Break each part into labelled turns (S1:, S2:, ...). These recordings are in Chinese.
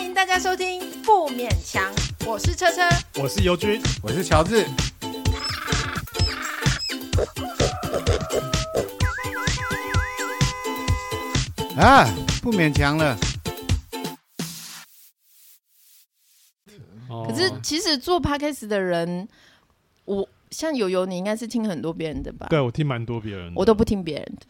S1: 迎大家收听《不勉强》，我是车车。
S2: 我是尤军，
S3: 我是乔治，啊，不勉强了。
S2: 可
S1: 可
S2: 哦
S1: 是其实做 podcast 的人，我像友友，你应该是听很多别人的吧？
S2: 对我听蛮多别人的，
S1: 我都不听别人的。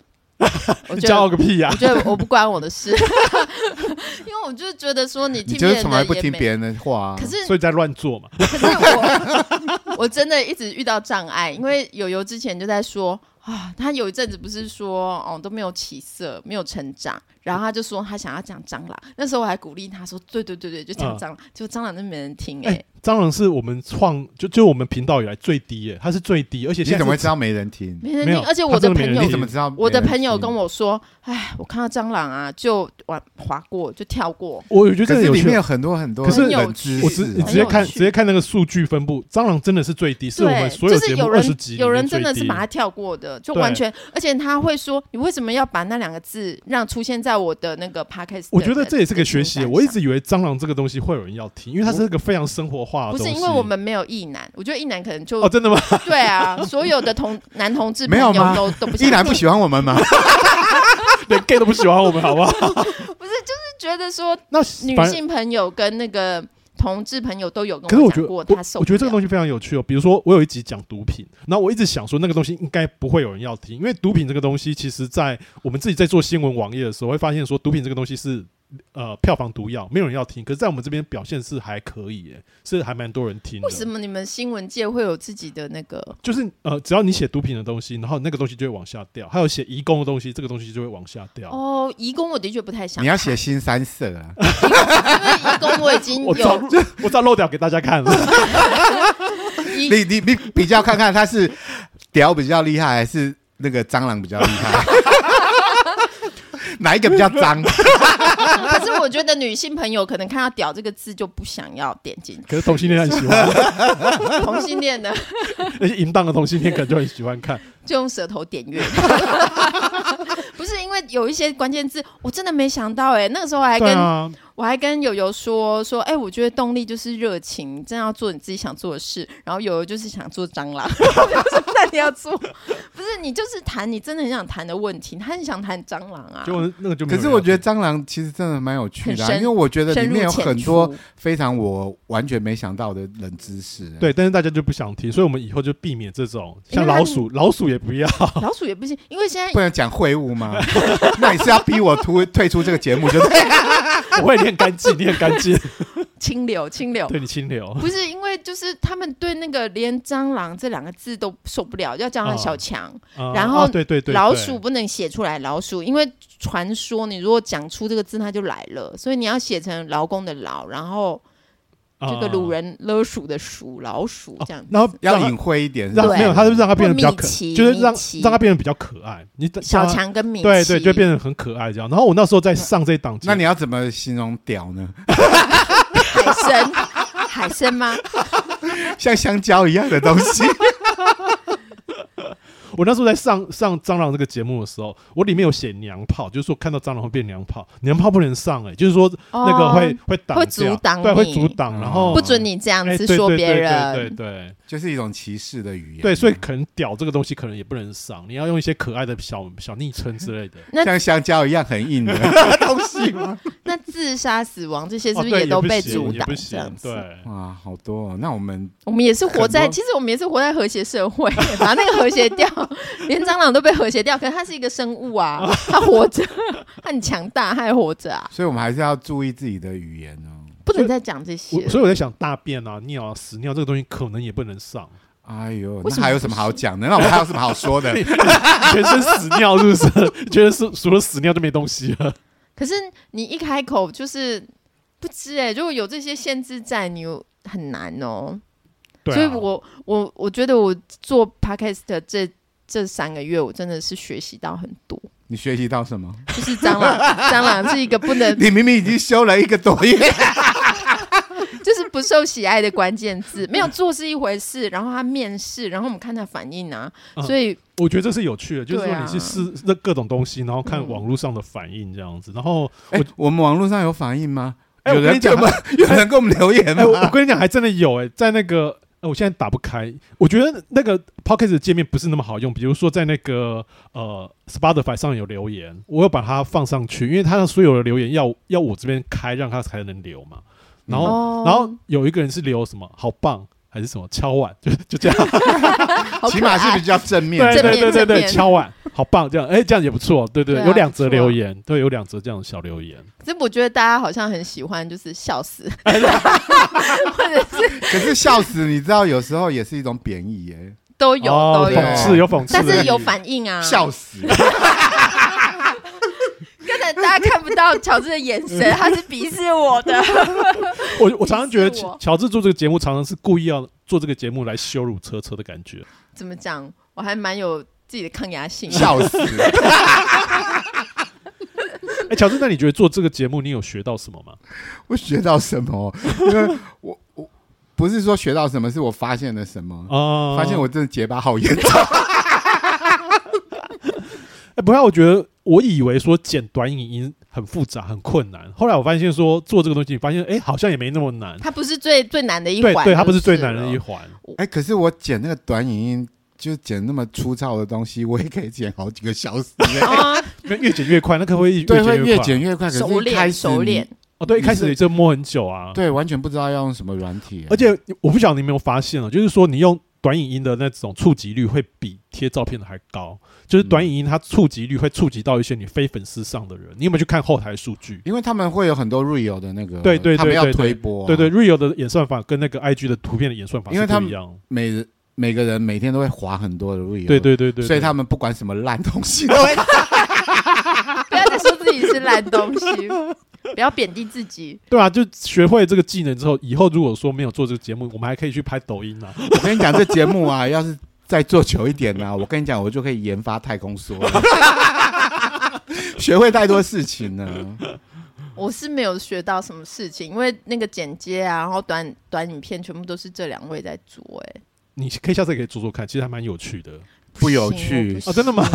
S1: 我
S2: 你
S1: 觉
S2: 骄傲
S1: 得
S2: 个屁呀
S1: 我！觉得我不关我的事， 因为我就觉得说你
S3: 你
S1: 听别
S3: 就是
S1: 人
S3: 从来
S1: 的
S3: 不
S1: 也
S3: 听
S1: 没
S3: 别人的话、啊，
S1: 可是
S2: 所以在乱做嘛。
S1: 可 是我我 真的一直遇到障碍，因为友友之前就在说啊，他有一阵子不是说哦都没有起色，没有成长，然后他就说他想要讲蟑螂，那时候我还鼓励他说，对对对对，就讲蟑螂，就蟑螂真没人听哎、
S2: 哎蟑螂是我们创就就我们频道以来最低耶，它是最低，而且
S3: 你
S2: 现在
S3: 怎么会
S2: 是
S3: 知道没人听？
S1: 没人
S2: 没
S1: 听
S2: 有，
S1: 而且我
S2: 他真的没
S1: 朋
S2: 人
S1: 友
S2: 听
S3: 你怎么知道？
S1: 我的朋友跟，我说：“哎，我看到蟑螂啊，就玩划过，就跳过。
S2: 我觉得
S3: 可
S2: 真的
S3: 是
S2: 有
S3: 里
S2: 趣
S3: 面。有很多很多
S2: 可是
S3: 冷知识啊
S2: 我直你直
S1: 很
S2: 接
S1: 有
S2: 看
S1: 趣
S2: 直接看那个数据分布，蟑螂真的是最低，是我
S1: 对，
S2: 们所有
S1: 就是
S2: 节目
S1: 有
S2: 二十
S1: 人
S2: 集里面
S1: 有人真的
S2: 最
S1: 是
S2: 低
S1: 把它跳过的，就
S2: 对
S1: 完全，而且他会说：你为什么要把那两个字让出现在我的那个 podcast？
S2: 我觉
S1: 的
S2: 得这也是个学习。
S1: 清单
S2: 我一
S1: 上
S2: 直以为蟑螂这个东西会有人要听，因为它是一个非常生活化的
S1: 不
S2: 东
S1: 是
S2: 西。
S1: 因为我们没有异男，我觉得异男可能就、
S2: 哦，真的吗？
S1: 对啊，所有的同男同志
S3: 没
S1: 朋
S3: 有
S1: 友
S3: 吗
S1: 都都不想
S3: 依然不
S1: 听
S3: 喜欢 我们吗？
S2: 连 gay 都不喜欢我们，好不好？
S1: 不是就是觉得说
S2: 那
S1: 女
S2: 反而
S1: 性朋友跟那个同志朋友都有
S2: 可
S1: 跟
S2: 是我觉
S1: 讲
S2: 得，
S1: 过
S2: 我
S1: 他受
S2: 我觉得这个
S1: 不了
S2: 东西非常有趣哦。比如说，我有一集讲毒品，然后我一直想说那个东西应该不会有人要听，因为毒品这个东西，其实在我们自己在做新闻网页的时候，会发现说毒品这个东西是呃票房毒药，没有人要听。可是，在我们这边表现是还可以，耶，是还蛮多人听的。
S1: 为什么你们新闻界会有自己的那个？
S2: 就是呃，只要你写毒品的东西，然后那个东西就会往下掉；还有写移工的东西，这个东西就会往下掉。
S1: 哦，移工我的确不太想
S3: 你要写新三色啊！
S1: 看，因为移工我已经
S2: 我早
S1: 有
S2: 我早漏掉给大家看了。
S1: 移
S3: 你你你比较看看他是屌比较厉害，还是那个蟑螂比较 厉害？哪一个比较脏？
S1: 可是我觉得女性朋友可能看到“屌”这个字就不想要点进去。
S2: 可是同性恋很喜欢，
S1: 同性恋呢，
S2: 那些淫荡的同性恋可能就很喜欢看。
S1: 就用舌头点阅。 不是因为有一些关键字，我真的没想到哎、那个时候我还
S2: 对
S1: 跟、
S2: 啊，
S1: 我还跟友友说说，哎、我觉得动力就是热情，真的要做你自己想做的事。然后友友就是想做蟑螂， 我就说那你要做，不是你就是谈你真的很想谈的问题，他很想谈蟑螂啊，
S2: 就那个就没有
S3: 可
S2: 人
S3: 是我
S2: 要听
S3: 觉得蟑螂其实真的蛮有趣的啊、
S1: 很深
S3: 因为我觉得里
S1: 深入
S3: 面有
S1: 浅
S3: 很多
S1: 出
S3: 非常我完全没想到的冷知识。，
S2: 对，但是大家就不想听，所以我们以后就避免这种
S1: 因为
S2: 像
S1: 它
S2: 老鼠，老鼠也不要。
S1: 老鼠也不行，因为现在
S3: 不能讲会务吗？ 那你是要逼我突退出这个节目，就对。
S2: 我会念干净，念干 净，
S1: 清流清流。
S2: 对你清 流。
S1: 不是因为就是他们对那个连蟑螂这两个字都受不了，要叫他
S2: 哦
S1: 小强。
S2: 啊
S1: 然
S2: 啊
S1: 后
S2: 对对对，
S1: 老
S2: 对
S1: 鼠不能写出来老鼠，因为传说你如果讲出这个字，它就来了，所以你要写成劳工的劳，然后这个鲁。
S2: 啊
S1: 人勒鼠的鼠，老鼠
S2: 哦
S1: 这样子。
S2: 然后
S3: 要
S2: 让
S3: 隐晦一点。
S2: 让
S3: 不
S1: 对
S2: 没有，他是让它变得
S1: 或
S2: 比较
S1: 米
S2: 可，
S1: 奇
S2: 就是
S1: 米
S2: 让
S1: 奇
S2: 让它变得比较可爱。你
S1: 小
S2: 让它
S1: 强跟米奇，
S2: 呃对对，就变得很可爱这样。然后我那时候在上这一档节目，
S3: 那你要怎么形容屌呢？
S1: 海参，海参吗？
S3: 像香蕉一样的东西，
S2: 我那时候在上上蟑螂这个节目的时候，我里面有写娘炮，就是说看到蟑螂会变娘炮，娘炮不能上哎、就是说 那个会、会挡
S1: 哦会
S2: 掉
S1: 阻挡
S2: 对，会
S1: 你
S2: 阻挡，然后
S1: 哦不准你这样
S2: 哎
S1: 子
S2: 对
S1: 说
S2: 对
S1: 别
S2: 对
S1: 人。
S2: 对对对。
S3: 就是一种歧视的语言。
S2: 对，所以可能屌这个东西可能也不能上，你要用一些可爱的小小昵称之类的。
S1: 那
S3: 像香蕉一样很硬的 东西吗？
S1: 那自杀、死亡这些是
S2: 哦
S1: 不是
S2: 对
S1: 都
S2: 不
S1: 被
S2: 行
S1: 阻
S2: 也
S1: 挡？
S2: 不
S1: 这样
S2: 行，
S1: 子，
S2: 对。
S3: 哇，好多、哦。那我们
S1: 我们也是活在，
S3: 很多
S1: 其实我们也是活在和谐社会， 把那个和谐 掉，连蟑螂都被和谐掉。可是它是一个生物啊，它活着，它很强大，它还活着啊，
S3: 所以我们还是要注意自己的语言哦。
S1: 不能再讲这些
S2: 我。所以我在想，大便啊、尿啊、屎尿这个东西可能也不能上，
S3: 哎呦，
S1: 为什
S3: 那
S1: 么
S3: 还有什么好讲的？那我们还有什么好说 的？
S2: 全身屎尿是不是？ 觉得是除了屎尿就没东西 了。
S1: 可是你一开口就是不知哎、如果有这些限制在，你有很难哦、
S2: 对、啊，
S1: 所以我我我觉得我做 podcast 的这这三个月，我真的是学习到很多。
S3: 你学习到什么？
S1: 就是蟑 螂，蟑螂是一个不能
S3: 你明明已经修了一个多 月，
S2: 哎
S1: 就是不受喜爱的关键字，没有做是一回事，然后他面试，然后我们看他反应啊，
S2: 嗯
S1: 所以
S2: 我觉得这是有趣的，就是
S1: 对
S2: 说
S1: 啊
S2: 你去试呃那各种东西，然后看
S1: 嗯
S2: 网络上的反应这样子。然后
S3: 哎、我们网络上有反应吗？
S2: 哎
S3: 有
S2: 我跟你
S3: 人
S2: 讲
S3: 跟我们有人跟我们留言
S2: 哎、我我
S3: 吗？
S2: 跟你讲，还真的有哎、在那个、呃我现在打不开，我觉得那个 p o c k e t 的界面不是那么好用。比如说在那个呃 Spotify 上有留言，我有把它放上去，因为它的所有的留言要要我这边开，让它才能留嘛。然后、
S1: 哦
S2: 然后有一个人是留什么好棒还是什么敲碗，就就这样。
S1: 好
S3: 起
S1: 可
S3: 码是
S1: 爱
S3: 比较正面
S2: 对
S1: 正
S3: 的，
S2: 对
S1: 面
S2: 对对
S1: 正
S2: 对，
S1: 面
S2: 敲碗好棒，这样哎、这样也不错。对对，
S1: 对啊
S2: 有两则
S1: 不错啊
S2: 留言，对，有两则这样的小留言。
S1: 可是我觉得大家好像很喜欢，就是笑死，或者是
S3: 可是笑死，你知道有时候也是一种贬义耶，
S1: 都有、
S2: 哦
S1: 都有，
S2: 讽刺有讽刺的
S1: 但
S2: 意义，
S1: 是有反应
S2: 嗯
S1: 啊。
S3: 笑死，
S1: 刚才大家看不到乔治的眼 神，他是鄙视我的。
S2: 我我常常觉得
S1: 鄙视我
S2: 乔乔治做这个节目，常常是故意要做这个节目来羞辱车车的感觉。
S1: 怎么讲？我还蛮有自己的抗压性。
S3: 笑死。
S2: 哎、乔治，那你觉得做这个节目，你有学到什么吗？
S3: 我学到什么？因为我我不是说学到什么，是我发现了什么，
S2: 啊、
S3: 发现我真的结巴好严重。
S2: 哎、不要，我觉得我以为说剪短影音很复杂、很困难，后来我发现说做这个东西，你发现哎、好像也没那么难。
S1: 它不是最最难的一
S2: 对
S1: 环，
S2: 对，它
S1: 就
S2: 不
S1: 是哦
S2: 是最难的一
S1: 环。
S2: 环。
S3: 哎、可是我剪那个短影音，就剪那么粗糙的东西，我也可以剪好几个小时、
S1: 哦，
S2: 因为越剪 越快，那可不可以
S3: 对，会
S2: 剪
S3: 越
S2: 快？
S3: 剪越快。可
S1: 熟
S3: 是一开
S1: 练
S3: 始
S1: 熟
S3: 你
S1: 练，
S2: 哦，对，一开始
S3: 你是
S2: 你这摸很久啊。
S3: 对，完全不知道要用什么软体、啊
S2: 而且我不晓得你有没有发现啊，就是说你用短影音的那种触及率会比贴照片的还高，就是
S3: 嗯
S2: 短影音它触及率会触及到一些你非粉丝上的人。你有没有去看后台数据？
S3: 因为他们会有很多 real 的那个，
S2: 对对对
S3: 他们要
S2: 对对
S3: 推啊播、
S2: 对对，，Real 的演算法跟那个 IG 的图片的演算法是
S3: 因为他
S2: 不
S3: 们
S2: 一样。
S3: 每人每个人每天都会划很多的 real，
S2: 对对对对，
S3: 所以他
S2: 们
S3: 们不管什么烂东西都会。
S1: 不要再说自己是烂东西，不要贬低自己。
S2: 对啊，就学会这个技能之后，以后如果说没有做这个节目，我们还可以去拍抖音啊。
S3: 我跟你讲，这节目啊，要是再做久一点呢、啊我跟你讲，我就可以研发太空梭了， 学会太多事情呢。
S1: 我是没有学到什么事情，因为那个剪接啊，然后短短影片全部都是这两位在做、哎，
S2: 你可以下次也可以做做看，其实还蛮有趣的
S3: 不有
S1: 行
S3: 趣
S1: 我不
S2: 啊，真的吗？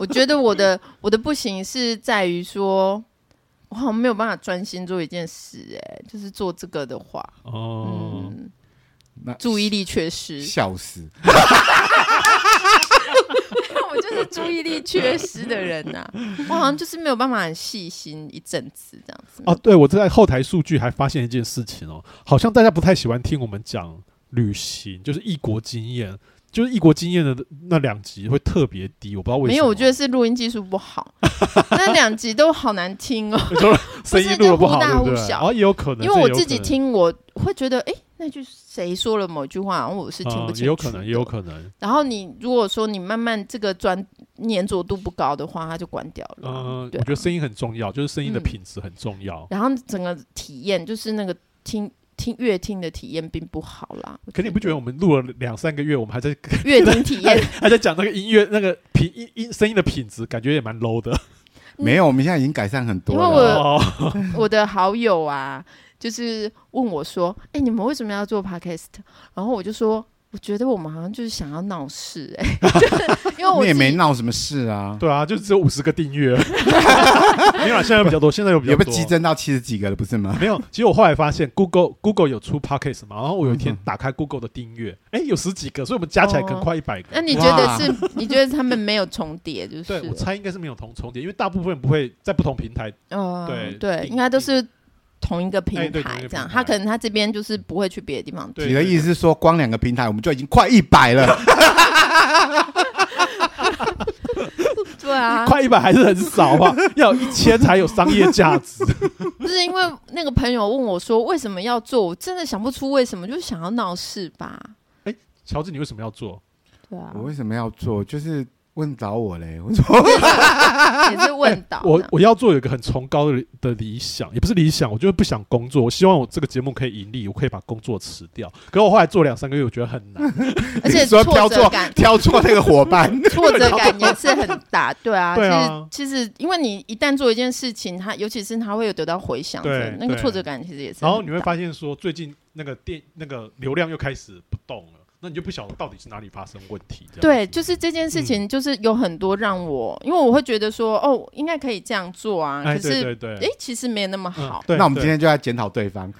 S1: 我觉得我的我的不行是在于说，我好像没有办法专心做一件事、哎，就是做这个的话，
S2: 哦，
S1: 嗯，
S3: 那
S1: 注意力缺失，
S3: 笑死，
S2: 嗯
S1: 我就是注意力缺失的人啊呐、 我好像就是没有办法很细心一阵子这样子。
S2: 哦，对，我在后台数据还发现一件事情哦，好像大家不太喜欢听我们讲旅行，就是异国经验，就是异国经验的那两集会特别低，我不知道为什么。
S1: 没有，我 觉得是录音技术不好，那两集都好难听哦。
S2: 你说声音录的不好，
S1: 不是就忽大
S2: 对不对？
S1: 忽小
S2: 哦，也有可能，
S1: 因为我
S2: 这也有
S1: 自己
S2: 可能，
S1: 听，我会觉得，诶，那句谁说了某句话，然后我是听
S2: 嗯
S1: 不清楚、
S2: 也有可能，也有。可能，
S1: 然后你如果说你慢慢这个专粘着度不高的话，它就关掉了。
S2: 嗯，我
S1: 对啊
S2: 觉得声音很重要，就是声音的
S1: 嗯
S2: 品质很重要。
S1: 然后整个体验就是那个听听乐听的体验并不好 啦。我
S2: 可你不觉得我们录了两三个月，我们还在
S1: 乐听体验
S2: 还在讲那个音乐那个品音音声音的品质，感觉也蛮 low 的。
S3: 没有，我们现在已经改善很多
S1: 因为
S3: 了。
S2: 哦，
S1: 我的好友啊，就是问我说：“哎、你们为什么要做 podcast？” 然后我就说：“我觉得我们好像就是想要闹事、 欸，哎，因为我
S3: 你也
S1: 自己
S3: 没闹什么事啊，
S2: 对啊，就只有五十个订阅，没有啦，现在有比较多，现在有比较
S3: 也被
S2: 多。
S3: 激增到七十几个了，不是吗？
S2: 没有，其实我后来发现，Google Google 有出 Podcast 嘛，然后我有一天打开 Google 的订阅，哎、有十几个，所以我们加起来可能快一百个。
S1: 那你觉得是？你觉得他们没有重叠，就是啊
S2: 对，我猜应该是没有同重叠，因为大部分不会在不同平台。
S1: 嗯，
S2: 对
S1: 对，
S2: 定
S1: 应该都是同一个平
S2: 哎对同一
S1: 台
S2: 个
S1: 这样。
S2: 平台
S1: 他可能他这边就是不会去别的地方。
S2: 对
S3: 你的意思是说，光两个平台我们就已经快一百了？
S1: 对啊，
S2: 快一百还是很 少吧？要一千才有商业价值。
S1: 不是因为那个朋友问我说为什么要做，我真的想不出为什么，就是想要闹事吧。
S2: 乔治，你为什么要做？
S1: 对啊
S3: 我，为什么要做？就是问找我嘞，我说
S1: 也是问到
S2: 我
S1: 这样
S2: 我要做有一个很崇高的的理想，也不是理想，我就是不想工作。我希望我这个节目可以盈利，我可以把工作辞掉。可是我后来做两三个月，我觉得很难。
S1: 而且
S3: 你说
S1: 挫
S3: 挑
S1: 折
S3: 错
S1: 感
S3: 挑错那个伙伴，
S1: 挫折感也是很大，对啊，
S2: 对啊
S1: 其实其实因为你一旦做一件事情，它尤其是它会有得到回响，
S2: 对
S1: 所以那个
S2: 对
S1: 挫折感其实也是很大。
S2: 然后你会发现说，最近那个电那个流量又开始不动了，那你就不晓得到底是哪里发生问题。这样，
S1: 对，就是这件
S2: 嗯
S1: 事情，就是有很多让我，因为我会觉得说，哦，应该可以这样做啊，
S2: 哎，
S1: 可
S2: 对
S1: 是，
S2: 对对，
S1: 哎、其实没那么
S2: 嗯
S1: 好，
S2: 对
S3: 那我们
S2: 对
S3: 今天就要检讨对方，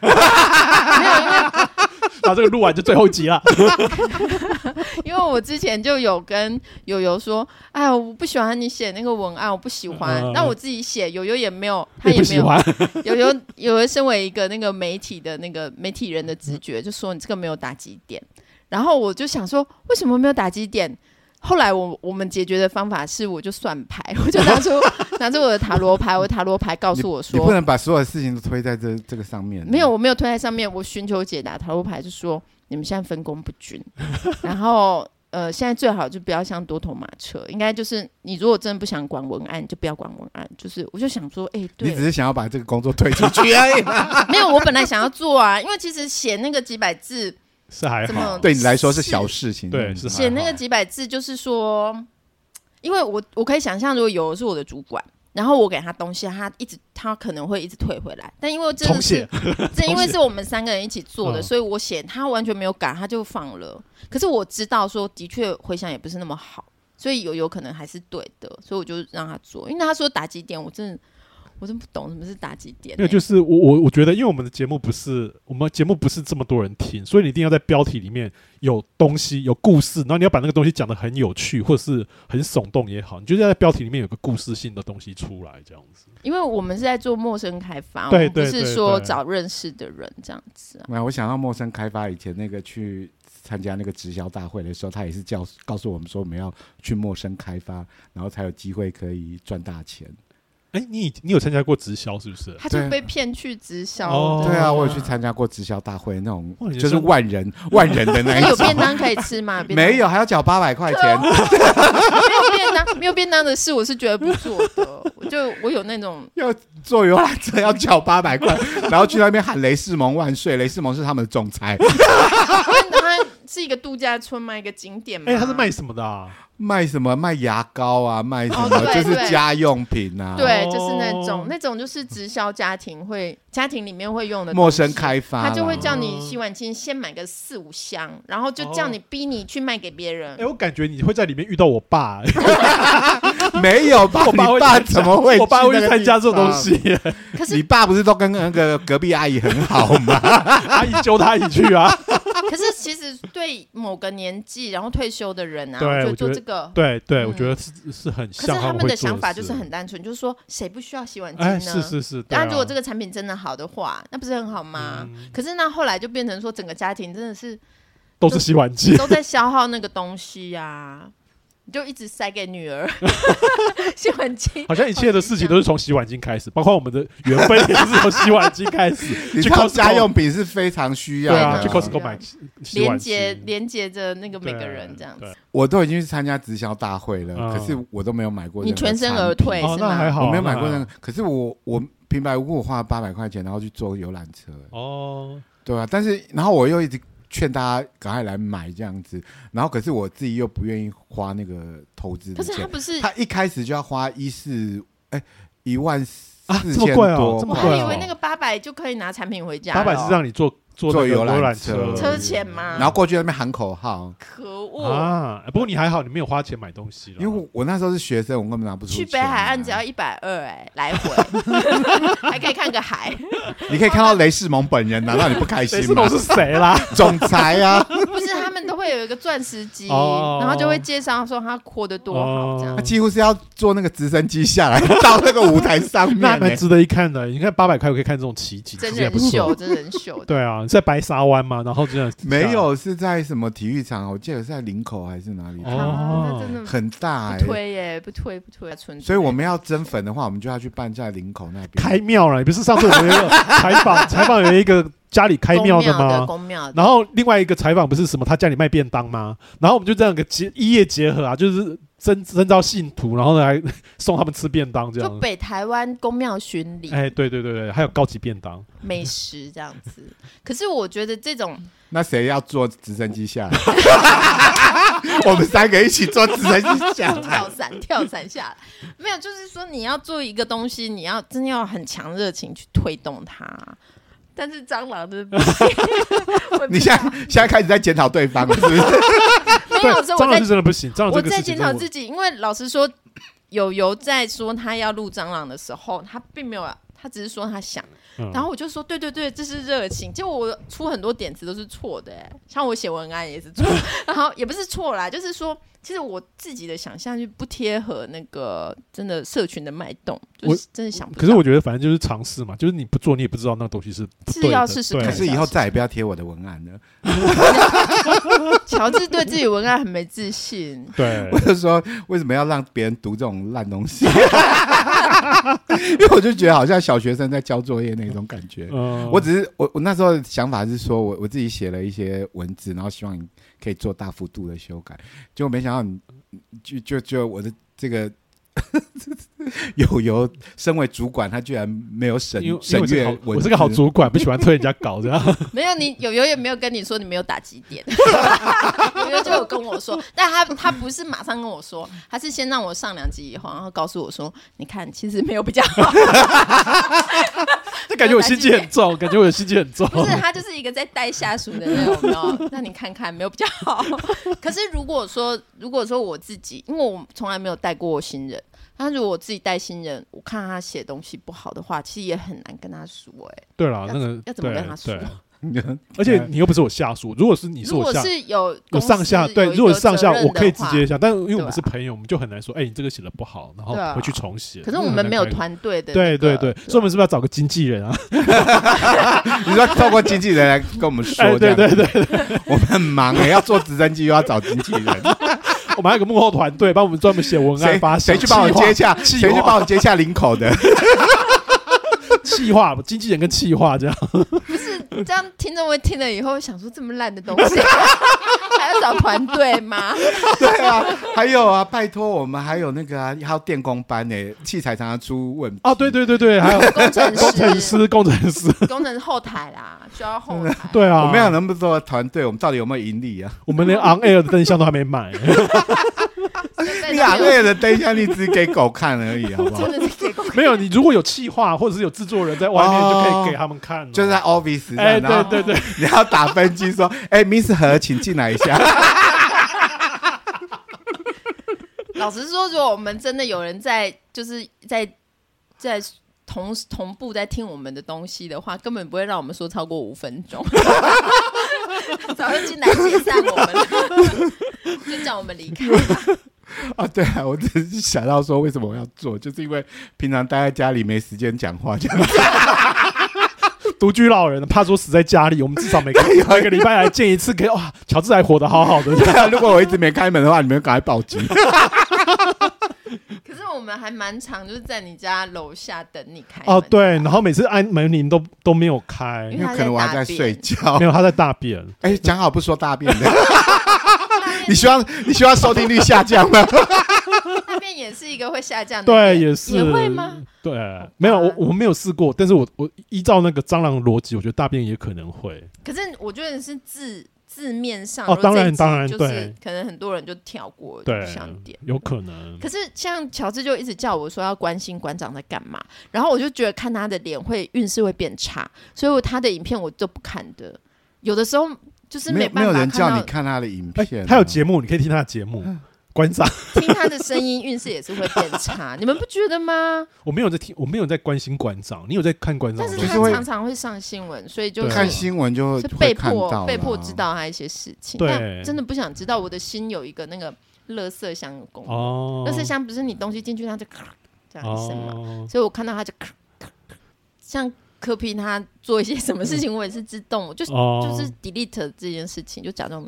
S2: 把啊这个录完就最后一集了。
S1: 因为我之前就有跟友友说，哎呀，我不喜欢你写那个文案，我不喜欢。
S2: 嗯
S1: 那我自己写，友友也没 有， 他
S2: 你
S1: 也
S2: 不
S1: 没
S2: 喜
S1: 有。
S2: 欢，
S1: 友友友友身为一个那个媒体的那个媒体人的直觉，就说你这个没有打击点。然后我就想说，为什么没有打击点？后来我我们解决的方法是，我就算牌， 我就拿出拿出我的塔罗牌，我塔罗牌告诉我
S3: 你不
S1: 说，
S3: 能把所有事情都推在这这个上
S2: 嗯
S3: 面。
S1: 没有，，我没有推在上面，我寻求解答。塔罗牌就说你们现在分工不均， 然后呃，现在最好就不要像多头马车，应该就是你如果真的不想管文案，就不要管文案。就是我就想说，哎、对，
S3: 你只是想要把这个工作推出 去而已。
S1: 没有，我本来想要做啊，因为其实写那个几百字，
S2: 是还
S1: 怎么
S2: 好。
S3: 对你来说是小事情，
S2: 对嗯是
S1: 写那个几百字就是说，因为我我可以想象，如果有的是我的主管，然后我给他东西，他一直他可能会一直退回来，但因为这
S2: 重
S1: 个是
S2: 写，
S1: 这因
S2: 重
S1: 为
S2: 写
S1: 是我们三个人一起做的，
S2: 嗯
S1: 所以我写他完全没有改，他就放了。可是我知道说，的确回想也不是那么好，所以有有可能还是对的，所以我就让他做，因为他说打几点，我真的我真不懂什么是打几点、
S2: 因为
S1: 欸。
S2: 就是我我我觉得，因为我们的节目不是我们节目不是这么多人听，所以你一定要在标题里面有东西、有故事，然后你要把那个东西讲得很有趣，或者是很耸动也好，你就是要在标题里面有个故事性的东西出来，这样子。
S1: 因为我们是在做陌生开发，
S2: 对
S1: 我们不
S2: 对
S1: 是
S2: 对
S1: 说
S2: 对
S1: 找认识的人这样子啊。
S3: 没有，我想到陌生开发以前那个去参加那个直销大会的时候，他也是叫告诉我们说我们要去陌生开发，然后才有机会可以赚大钱。
S2: 哎，你已你有参加过直销是不是？
S1: 他就
S3: 对
S1: 被骗去直销
S2: 哦
S1: 的，
S3: 对啊，我有去参加过直销大会，那种
S2: 哇你的
S3: 就是
S2: 生活
S3: 万人万人的那
S1: 那 有
S3: 一
S1: 便
S3: 种，
S1: 当可以吃吗？便当
S3: 没有，还要缴八百块钱。
S1: 没有便当，没有便当的事我是绝对不做的。我就我有那种，
S3: 要坐游览车要缴八百块， 然后去那边喊雷士蒙万岁，雷士蒙是他们的总裁，
S1: 因为它是一个度假村嘛，一个景点嘛。
S2: 哎，他是卖什么的啊？
S3: 卖什么卖牙膏啊，卖什
S1: 哦
S3: 么、
S1: 对
S3: 就是
S1: 对
S3: 家用品啊，
S1: 对，就是那种
S2: 哦
S1: 那种就是直销家庭会家庭里面会用的
S3: 陌
S1: 东西
S3: 生。开发啦，
S1: 他就 会叫你洗碗巾先买个四五箱，然后就叫你逼你去卖给别人。
S2: 哎，我感觉你会在里面遇到我 爸，
S3: 没有吧？
S2: 我爸
S3: 你
S2: 会
S3: 爸
S2: 参加
S3: 怎么会？
S2: 我爸会参加这种东。西，
S1: 可是
S3: 你爸不是都跟那个隔壁阿姨很好吗？
S2: 阿姨揪他阿姨去啊。
S1: 可是其实对某个年纪然后退休的人啊，
S2: 对
S1: 我觉
S2: 我
S1: 得
S2: 觉
S1: 做
S2: 得
S1: 这个
S2: 对对，我
S1: 嗯
S2: 觉得是是很
S1: 可是
S2: 像
S1: 他们
S2: 会
S1: 的
S2: 做
S1: 想法就
S2: 事
S1: 是很单纯，就是说谁不需要洗碗巾呢？
S2: 哎，是是是，对
S1: 那
S2: 啊、
S1: 如果这
S2: 个
S1: 个产品真的好的话，那不是很好吗？
S2: 嗯
S1: 可是那后来就变成说，整个家庭真的是
S2: 都是洗碗 机，
S1: 都在消耗那个东西呀、你就一直塞给女儿洗碗巾。
S2: 好像一切的事情都是从洗碗巾开始，包括我们的缘分也是从洗碗巾开 始。
S3: 你
S2: 去
S3: 知道
S2: Costco
S3: 家用品是非常需要
S2: 对
S3: 的。
S2: 啊，去
S1: 对啊
S2: Costco 买洗洗
S1: 连
S2: 碗
S1: 接
S2: 巾，
S1: 连接着那个每
S2: 对啊
S1: 个人这样子，
S2: 对
S3: 我都已经去参加直销大会了，
S2: 嗯
S3: 可是我都没有买过。
S1: 你全身而，退
S2: 哦
S1: 是，
S2: 那还
S1: 吗？
S2: 好，
S3: 我没有买过
S2: 那还
S3: 那个
S2: 好。
S3: 可是我我平白无故花了八百块钱，然后去坐游览车，
S2: 哦，
S3: 对啊，但是然后我又一直劝大家赶快来买这样子，然后可是我自己又不愿意花那个投资
S1: 可
S3: 的
S1: 是他
S3: 钱。
S1: 不是，
S3: 他一开始就要花一四哎一万
S2: 啊
S3: 四
S2: 这么
S3: 千
S2: 贵哦
S3: 多，
S2: 这
S1: 我
S2: 么
S1: 还
S2: 贵
S1: 以
S2: 哦
S1: 为那个八百就可以拿产品回家了
S2: 八
S1: 哦，
S2: 百是让你坐坐
S3: 坐
S2: 那个
S3: 游览
S2: 览
S3: 车
S1: 车钱吗？
S3: 然后过去那边喊口号，
S1: 可恶，
S2: 啊，不过你还好，你没有花钱买东西了，
S3: 因为我我那时候是学生，我根本拿不出
S1: 去
S3: 钱啊
S1: 北海岸只要一百二，哎，来 回还可以看个海。
S3: 你可以看到雷士蒙本人，难道你不 开
S2: 谁
S3: 心
S2: 是
S3: 吗
S2: 我？是谁啦？
S3: 总裁啊，
S1: 不是，他们都会有一个钻石机，
S2: 哦
S1: 然后就会介绍说他活得 多好这样。
S2: 哦
S3: 他几乎是要坐那个直升机下来到那个舞台上
S2: 那啊还
S3: 面欸
S2: 蛮
S3: 呢。
S2: 值得一看的。你看八百块可以看这种奇景，
S1: 真
S2: 其实也
S1: 人
S2: 不错
S1: 秀，。真人秀，
S2: 对啊，你在白沙湾嘛，然后这样
S3: 没有是在什么体育场，我记得是在林口还是哪里，
S2: 哦
S1: 啊，那真的
S3: 很大哎
S1: 不、推耶，不推不推，纯粹
S3: 所以我们要增粉的话，我们就要去办在林口那边。
S2: 开庙了，你不是上次我们有一个采访采访有一个家里开庙的吗？
S1: 公庙的，
S2: 然后另外一个采访不是什么他家里卖便当吗？然后我们就这样一个结一夜结合啊，就是征征召信徒，然后呢还 送他们吃便当这
S1: 就
S2: 样。
S1: 北台湾公庙巡礼、
S2: 哎，对对对对，还有高级便当，
S1: 美食这样子。可是我觉得这种
S3: 那谁要坐直升机下来？ 我们三个一起坐直升机下来
S1: 跳。伞跳伞下 来，没有，就是说你要做一个东西，你要真的要很强热情去推动它。但是蟑螂 真的不行，我
S3: 你现在现在开始在检讨对方了，是不是？
S1: 没
S2: 对
S1: 有，这我
S2: 蟑螂
S1: 在
S2: 是真的不行，蟑螂
S1: 我
S2: 这个
S1: 在
S2: 事情
S1: 检
S2: 真
S1: 讨
S2: 的我
S1: 自己，因为老实说，友友在说他要录蟑螂的时候，他并没有，他只是说他想，
S2: 嗯
S1: 然后我就说对对对，这是热情。结果我出很多点子都是错的、欸，像我写文案也是错， 然后也不是错啦，就是说。其实我自己的想象就不贴合那个真的社群的脉动，就
S2: 我
S1: 是真的想不到。
S2: 可是我觉得反正就是尝试嘛，就是你不做你也不知道那个东西是不对的
S1: 是要试试
S2: 对
S1: 看
S3: 可
S1: 的
S3: 是以后再也不要贴我的文案了。
S1: 乔治对自己文案很没自信，
S2: 对
S3: 我就说为什么要让别人读这种烂东西？ 因为我就觉得好像小学生在交作业那种感觉。
S2: 嗯
S3: 我只是我我那时候的想法是说我我自己写了一些文字，然后希望你可以做大幅度的修改，结果没想到你就就就我的这个 友友身为主管，他居然没有审
S2: 因为因为
S3: 审
S2: 我是
S3: 阅
S2: 个好
S3: 文字，
S2: 我是个好主管，不喜欢推人家稿 这样。
S1: 没有你友友也没有跟你说你没有打几点， 友友就有跟我说，但他他不是马上跟我说，他是先让我上两集以后，然后告诉我说，你看其实没有比较好，
S2: 这感觉我心机很重，感觉我的心机很重。
S1: 不是他就是一个在带下属的人，有没有？那你看看没有比较好。可是如果说如果说我自己，因为我从来没有带过新人，但是如果我自己带新人，我看他写东西不好的话，其实也很难跟他说、哎，
S2: 对啦，那个
S1: 要怎么跟他说
S2: 对对而且你又不是我下属，如果是你是
S1: 如
S2: 我
S1: 果
S2: 下。
S1: 是有
S2: 有
S1: 公
S2: 上
S1: 司
S2: 下对，
S1: 有
S2: 如果
S1: 有
S2: 是上下
S1: 责任，的
S2: 我可以直接
S1: 话
S2: 下，但因为
S1: 对
S2: 我们
S1: 啊
S2: 是朋友，我们就很难说，哎，你这个写的不好，然后
S1: 对啊
S2: 回去重写。
S1: 可是我
S2: 这
S1: 们
S2: 很
S1: 没有
S2: 难
S1: 团队的、
S2: 对
S1: 那个
S2: 对
S1: 啊
S2: 对，所以我们是不是要找个经纪人啊？
S3: 你说透过经纪人来跟我们
S2: 哎，
S3: 说，这
S2: 对
S3: 样
S2: 对对，
S3: 我们很忙哎、要做直升机又要找经纪 人，
S2: 我们还有个幕后团队帮我们专门写文案
S3: 谁
S2: 发想，
S3: 谁去帮我
S2: 企划
S3: 接洽，
S2: 计
S3: 谁去
S2: 划
S3: 帮我接洽领口的？
S2: 企划，经纪人跟企划 这样。
S1: 这样听众会听了以后想说这么烂的东西，还要找团队吗？
S3: 对啊，还有啊，拜托我们还有那个啊，还有电工班呢、器材常常出问题
S2: 哦，对，对对 对，还有
S1: 工程
S2: 工程
S1: 师、
S2: 师，工程师，
S1: 工程后台啦，需要后台。
S2: 对啊，
S3: 我们要那么多团队，我们到底有没有盈利啊？
S2: 我们连 on air 的灯箱都还没 买，
S1: 对，
S3: 两
S1: 但
S3: 个
S1: 是
S3: 月的灯箱你只给狗看而已，好不好
S1: 真？的是给工
S2: 没有。你如果有企划或者是有制作人在外面，
S3: 哦
S2: 就可以给他们看了，
S3: 就是在 office
S2: 哎，
S3: 上， 然
S2: 对对
S3: 后
S2: 对，
S3: 你要打分机说，哎，Miss 何，请进来一下。
S1: 老实说，如果我们真的有人在，就是在在同同步在听我们的东西的话，根本不会让我们说超过五分钟。 早就进来解散我们了，就叫我们离开。
S3: 啊，对啊，我只是想到说，为什么我要做，就是因为平常待在家里没时间讲话，这样
S2: 独居老人怕说死在家里，我们至少每 个每个礼拜来见一次，可以哇，乔治还活得好好 的，
S3: 对啊。如果我一直没开门的话，你们赶快报警。
S1: 可是我们还蛮常就是在你家楼下等你开门
S2: 哦
S1: 的
S2: 对，然后 每次按门铃都都没有开
S1: 因为
S3: 因为
S1: 他在
S3: 可能我还
S1: 大
S3: 在
S1: 便
S3: 睡觉
S2: 没。有，他在大便。
S3: 哎，讲好不说大便的， 你希望你希望收听率下降吗？
S1: 那边也是一个会下降的
S2: 对，
S1: 点，
S2: 也是。
S1: 也会吗？
S2: 对
S1: 吧，
S2: 没有，我我们没有试过，但是我我依照那个蟑螂逻辑，我觉得大便也可能会。
S1: 可是我觉得是字字面上
S2: 哦
S1: 如果
S2: 当然
S1: 这一集
S2: 当然
S1: 就是
S2: 对
S1: 可能很多人就跳过
S2: 对
S1: 想点，。
S2: 有可
S3: 嗯
S2: 能
S1: 可。是像乔治就一直叫我说要关心馆长在干嘛，然后我就觉得看他的脸会运势会变差，所以我他的影片我都不看的，有的时候 就是
S3: 没有没
S1: 办
S3: 有
S1: 法
S3: 人
S1: 看
S3: 叫你
S1: 到
S3: 看他的影
S2: 哎
S3: 片啊，，
S2: 他有节目，你可以听他的节
S1: 嗯
S2: 目。馆长，
S1: 听他的声音运势也是会变 差，你们不觉得吗？
S2: 我没有在听，我没有在关心馆长，你有在看馆长
S1: 但是
S2: 的东西？
S3: 就
S1: 他
S3: 是会
S1: 常常会上新闻，所以就
S2: 对
S1: 是
S3: 看新闻就会
S1: 是被
S3: 看到啦
S1: 迫被迫知。道他一些事情，
S2: 对
S1: 但真的不想知道。我的心有一个那个垃圾箱的功能，
S2: 哦，
S1: 垃圾箱不是你东西进去它就咔这样一声嘛，
S2: 哦，
S1: 所以我看到它就咔咔咔像科皮他做一些什么事情，我也是自动，我就就
S2: 就是
S1: delete 这件事情，就假装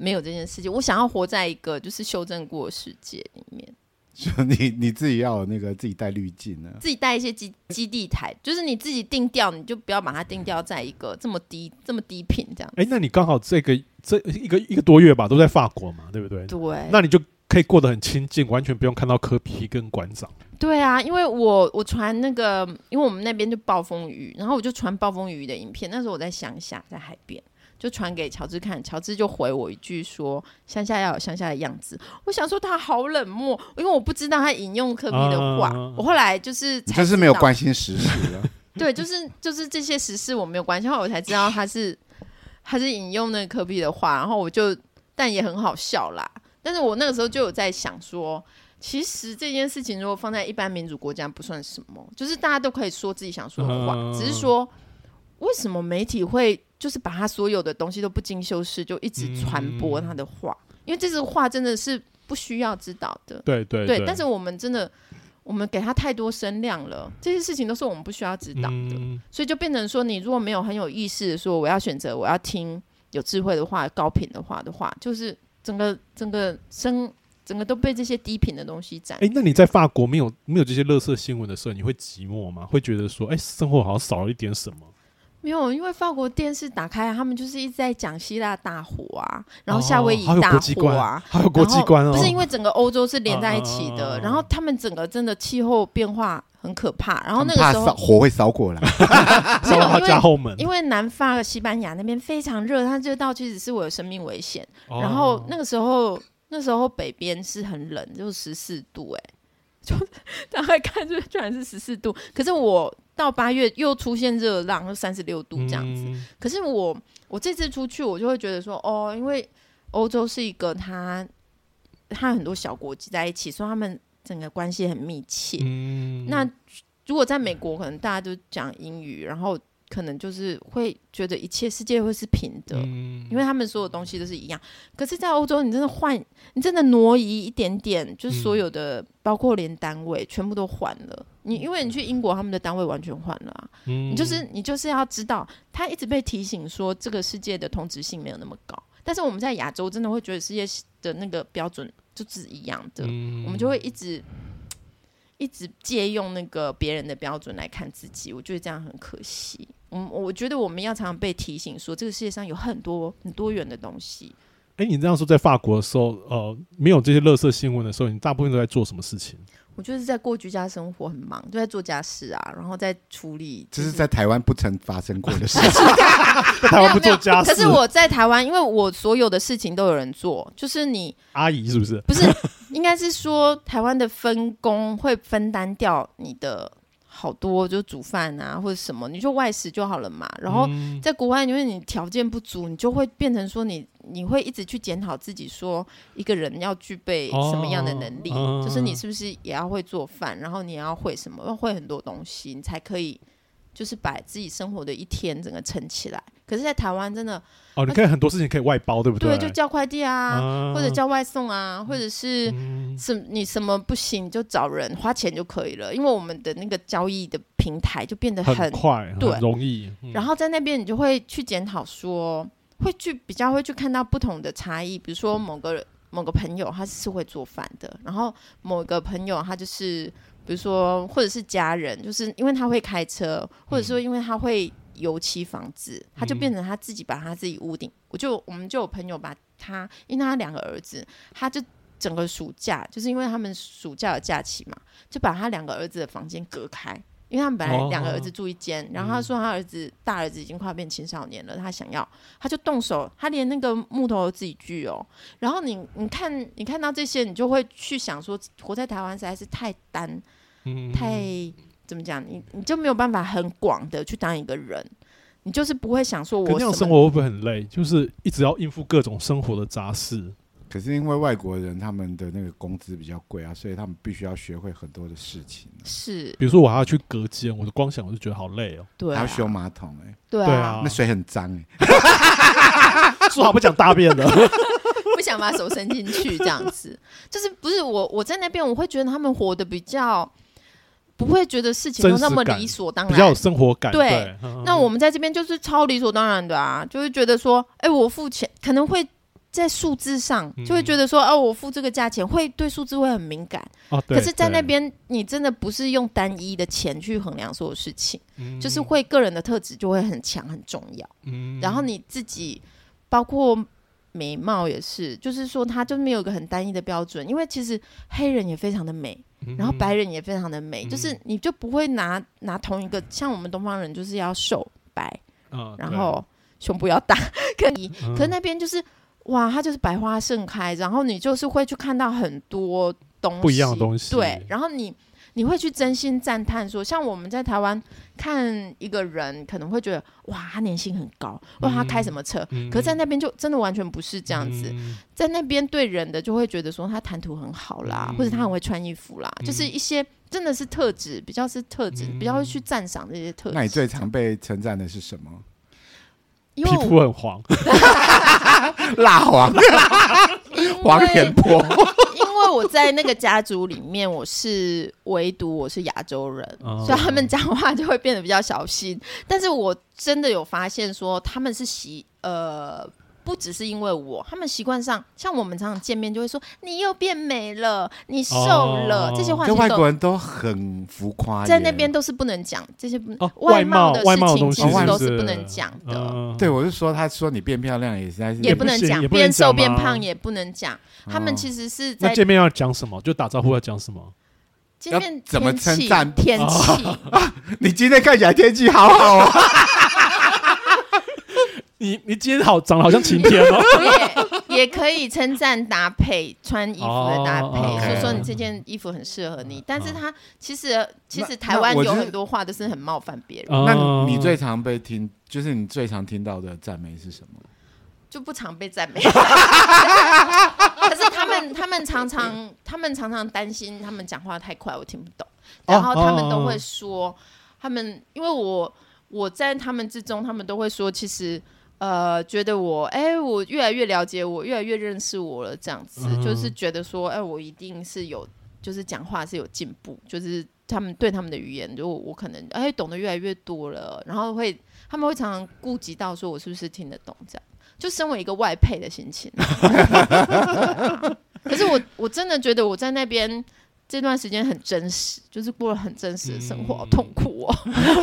S1: 没有这件事情。我想要活在一个就是修正过的世界里面，
S3: 就你你自己要有那个自己带滤镜啊。
S1: 自己带一些基基地台，就是你自己定调，你就不要把它定调在一个这么低这么低频这样。
S2: 哎，那你刚好这个这一个一个多月吧，都在法国嘛，对不对？
S1: 对，
S2: 那你就可以过得很亲近，完全不用看到科皮跟馆长。
S1: 对啊，因为我我传那个，因为我们那边就暴风雨，然后我就传暴风雨的影片。那时候我在乡下，在海边，就传给乔治看，乔治就回我一句说：“乡下要有乡下的样子。”我想说他好冷漠，因为我不知道他引用科比的话。
S2: 啊
S1: 我后来就是
S3: 你
S1: 才
S3: 就是没有
S1: 知道
S3: 关心时事了，啊
S1: 对，就是就是这些时事我没有关系，后来我才知道他是他是引用那个科比的话，然后我就但也很好笑啦。但是我那个时候就有在想说，其实这件事情如果放在一般民主国家不算什么，就是大家都可以说自己想说的话，
S2: 嗯
S1: 只是说为什么媒体会就是把他所有的东西都不经修饰就一直传播他的话，因为这个话真的是不需要知道的。
S2: 对对
S1: 对，但是我们真的，我们给他太多声量了，这些事情都是我们不需要知道的，
S2: 嗯
S1: 所以就变成说，你如果没有很有意识的说我要选择我要听有智慧的话、高频的话的话，就是整个整个生整个都被这些低频的东西占。
S2: 哎、那你在法国没有没有这些乐色新闻的时候，你会寂寞吗？会觉得说，哎、生活好像少了一点什么？
S1: 没有，因为法国电视打开，啊他们就是一直在讲希腊大火啊，然后夏
S2: 哦
S1: 威夷
S2: 好有
S1: 大
S2: 国际
S1: 火啊，
S2: 观，好有国际观哦。
S1: 然后不是因为整个欧洲是连在一起
S2: 啊啊啊啊
S1: 的，
S2: 啊
S1: 然后他们整个真的气候变化很可怕， 然后那个
S3: 他们
S1: 时
S3: 怕
S1: 候
S3: 烧火会烧过来，
S1: 没
S2: 烧
S1: 有
S2: 到他
S1: 因为
S2: 家后门，
S1: 因为南法和西班牙那边非常热，它热到其实是我有生命危险。
S2: 哦
S1: 然后那个时候，那时候北边是很冷，就十四度、哎， 就大概看就居然是十四度。可是我到八月又出现热浪，就三十六度这样子。
S2: 嗯
S1: 可是我我这次出去，我就会觉得说，哦，因为欧洲是一个它它很多小国集在一起，所以他们整个关系很密切。
S2: 嗯
S1: 那如果在美国，可能大家都讲英语，然后可能就是会觉得一切世界会是平的，
S2: 嗯
S1: 因为他们所有东西都是一样。可是，在欧洲，你真的换，你真的挪移一点点，就是
S2: 嗯
S1: 所有的，包括连单位全部都换了。你因为你去英国，他们的单位完全换了啊。
S2: 嗯
S1: 你就是你就是要知道，他一直被提醒说这个世界的同质性没有那么高，但是我们在亚洲真的会觉得世界的那个标准就是一样的。
S2: 嗯
S1: 我们就会一直一直借用那个别人的标准来看自己，我觉得这样很可惜。嗯，我觉得我们要常常被提醒说，这个世界上有很多很多元的东西。
S2: 哎、你这样说，在法国的时候，呃，没有这些乐色新闻的时候，你大部分都在做什么事情？
S1: 我就是在过居家生活，很忙，就在做家事啊，然后在处理、
S3: 这
S1: 就是是，
S3: 在台湾不曾发生过的事 情。
S2: 在台湾 不
S1: 没有
S2: 做家事，
S1: 可是我在台湾，因为我所有的事情都有人做，就是你
S2: 阿姨是不是？
S1: 不是，应该是说台湾的分工会分担掉你的好多，就煮饭啊或者什么，你就外食就好了嘛。然后
S2: 嗯
S1: 在国外，因为你条件不足，你就会变成说你你会一直去检讨自己，说一个人要具备什么样的能力，
S2: 哦嗯
S1: 就是你是不是也要会做饭，然后你也要会什么，要会很多东西，你才可以就是把自己生活的一天整个撑起来。可是，在台湾真的
S2: 哦，你可以很多事情可以外包，对不
S1: 对，
S2: 对，
S1: 就叫快递啊，
S2: 啊
S1: 或者叫外送啊，或者是。
S2: 嗯
S1: 什你什么不行就找人花钱就可以了，因为我们的那个交易的平台就变得
S2: 很快，
S1: 对
S2: 很容易。嗯
S1: 然后在那边你就会去检讨说，会去比较会去看到不同的差异，比如说某个某个朋友他是会做饭的，然后某个朋友他就是比如说或者是家人，就是因为他会开车，或者说因为他会油漆房子，他就变成他自己把他自己屋顶，我就我们就有朋友把他，因为他两个儿子，他就。整个暑假，就是因为他们暑假有假期嘛，就把他两个儿子的房间隔开，因为他们本来
S2: 哦
S1: 两个儿子住一间，然后他说他儿子大儿子已经快变青少年了，他想要，他就动手，他连那个木头都自己锯哦。然后你你看你看到这些，你就会去想说，活在台湾实在是太单
S2: 嗯
S1: 太怎么讲，你你就没有办法很广的去当一个人，你就是不会想说
S2: 可
S1: 我
S2: 那样
S1: 什
S2: 生
S1: 么。
S2: 活会不会很累？就是一直要应付各种生活的杂事。
S3: 可是因为外国人他们的那个工资比较贵啊，所以他们必须要学会很多的事情，啊
S1: 是
S2: 比如说，我还要去隔间，我的光想我就觉得好累哦。
S1: 对啊
S3: 还要，修马桶哎、
S1: 对
S2: 对
S1: 啊
S2: 啊，
S3: 那水很脏哎、
S2: 说好不讲 大便的，
S1: 不想把手伸进去，这样子， 就是不是我我在那边，我会觉得他们活得比较不会觉得事情都那么
S2: 真实感
S1: 理所当
S2: 比较有
S1: 然。
S2: 生活感。
S1: 对
S2: 对，嗯
S1: 那我们在这边就是超理所当然的啊，就会觉得说，哎、我付钱可能会。在数字上
S2: 嗯
S1: 就会觉得说，哦、我付这个价钱会对数字会很敏感。
S2: 哦，对
S1: 可是，在
S2: 对
S1: 那边，你真的不是用单一的钱去衡量所有事情，
S2: 嗯
S1: 就是会个人的特质就会很强、很重要。
S2: 嗯
S1: 然后你自己包括美貌也是，就是说它就没有一个很单一的标准，因为其实黑人也非常的美，
S2: 嗯
S1: 然后白人也非常的美，就是你就不会拿拿同一个，像我们东方人就是要瘦白，
S2: 嗯，
S1: 然后胸部要大， 可以，
S2: 对嗯
S1: 可是那边就是哇，它就是百花盛开，然后你就是会去看到很多东西
S2: 不一样的东西
S1: 对，然后你你会去真心赞叹说，像我们在台湾看一个人，可能会觉得哇，他年薪很高，哇，他开什么车？
S2: 嗯
S1: 可是在那边就真的完全不是这样子，
S2: 嗯
S1: 在那边对人的就会觉得说他谈吐很好啦，
S2: 嗯
S1: 或者他很会穿衣服啦，就是一些真的是特质，比较是特质，比较会
S2: 嗯
S1: 去赞赏这些特质。
S3: 那你最常被称赞的是 什么？
S1: 因为
S2: 皮
S1: 我
S2: 肤很黄，
S3: 蜡黄、
S1: 因
S3: 黄
S1: 为
S3: 脸婆，
S1: 因为我在那个家族里面，我是唯独我是亚洲人，
S2: 哦
S1: 所以他们讲话就会变得比较小心。但是我真的有发现说，他们是习呃。不只是因为我，他们习惯上，像我们常常见面就会说你又变美了，你瘦了，
S2: 哦
S1: 这些话
S3: 这
S1: 其
S3: 外
S1: 实
S3: 国
S1: 都
S3: 人都很浮夸耶，
S1: 在那边都是不能讲，这些不
S2: 哦
S1: 外
S2: 貌
S1: 的
S2: 外
S1: 事
S2: 的
S1: 情
S2: 东
S1: 其
S2: 西
S3: 是
S1: 实
S3: 不
S1: 都
S2: 是
S1: 不能讲的。
S2: 嗯
S3: 对，我是说，他说你变漂亮也实在是
S1: 也不能
S2: 不行
S1: 讲
S2: 也，不能
S1: 变瘦
S2: 讲
S1: 变
S2: 吗
S1: 胖也不能讲。他们
S3: 哦
S1: 其实是
S2: 那
S1: 在
S2: 见面要讲什么？就打招呼要讲什么？
S1: 今
S3: 要
S1: 天
S3: 怎么
S1: 天气
S3: 称赞
S1: 天
S2: 哦
S1: 气，
S3: 你今天看起来天气好好哦，
S2: 你你今天好长得好像晴天 哦，
S1: 也也可以称赞搭配穿衣服的搭配，说
S2: 哦
S1: 说
S3: OK 嗯
S1: 你这件衣服很适合你。但是
S2: 哦
S1: 他其实其实
S3: 那
S1: 台湾
S3: 那我
S1: 有
S3: 就是
S1: 很多话都是很冒犯别人，
S3: 那
S2: 嗯
S3: 你最常被听，就是你最常听到的赞美是什么？
S1: 就不常被赞美。 可是他们他们常常他们常常担心他们讲话太快，我听不懂，
S2: 哦
S1: 然后他
S2: 哦
S1: 们
S2: 哦
S1: 都会说，他们因为我我在他们之中，他们都会说，其实。呃，觉得我哎、我越来越了解我，越来越认识我了，这样子、
S2: 嗯
S1: 就是觉得说，哎、我一定是有，就是讲话是有进步，就是他们对他们的语言，就我我可能哎、懂得越来越多了，然后会他们会常常顾及到说我是不是听得懂这样，就身为一个外配的心 情。可是我我真的觉得我在那边这段时间很真实，就是过了很真实的生活，
S3: 嗯
S1: 好痛苦哦！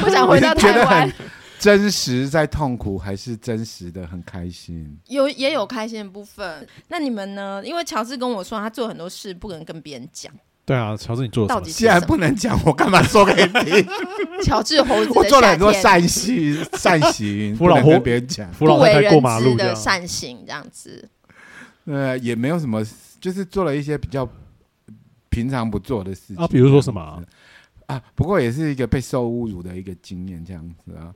S1: 我想回到
S3: 你觉
S1: 台
S3: 得
S1: 湾
S3: 很，真实在痛苦，还是真实的很开心？
S1: 有也有开心的部分。那你们呢？因为乔治跟我说他做很多事不能跟别人讲，
S2: 对啊，乔治你做了
S1: 到
S2: 什么
S1: 底
S2: 事？
S1: 是
S3: 既然
S1: 什么？
S3: 不能讲，我干嘛说给 你听？
S1: 乔治猴子
S3: 我
S1: 的
S3: 做了
S1: 夏
S3: 很多
S1: 天。
S3: 善 事，善 行，
S2: 扶老
S3: 不能
S2: 婆
S3: 跟别人讲。
S2: 扶老
S1: 不为
S2: 太太
S1: 人
S2: 过马路
S1: 知
S2: 这
S1: 的
S2: 样，
S1: 善行，这样子，
S3: 呃，也没有什么，就是做了一些比较平常不做的事情
S2: 啊比如说什么啊
S3: 啊？不过也是一个被受侮辱的一个经验，这样子啊。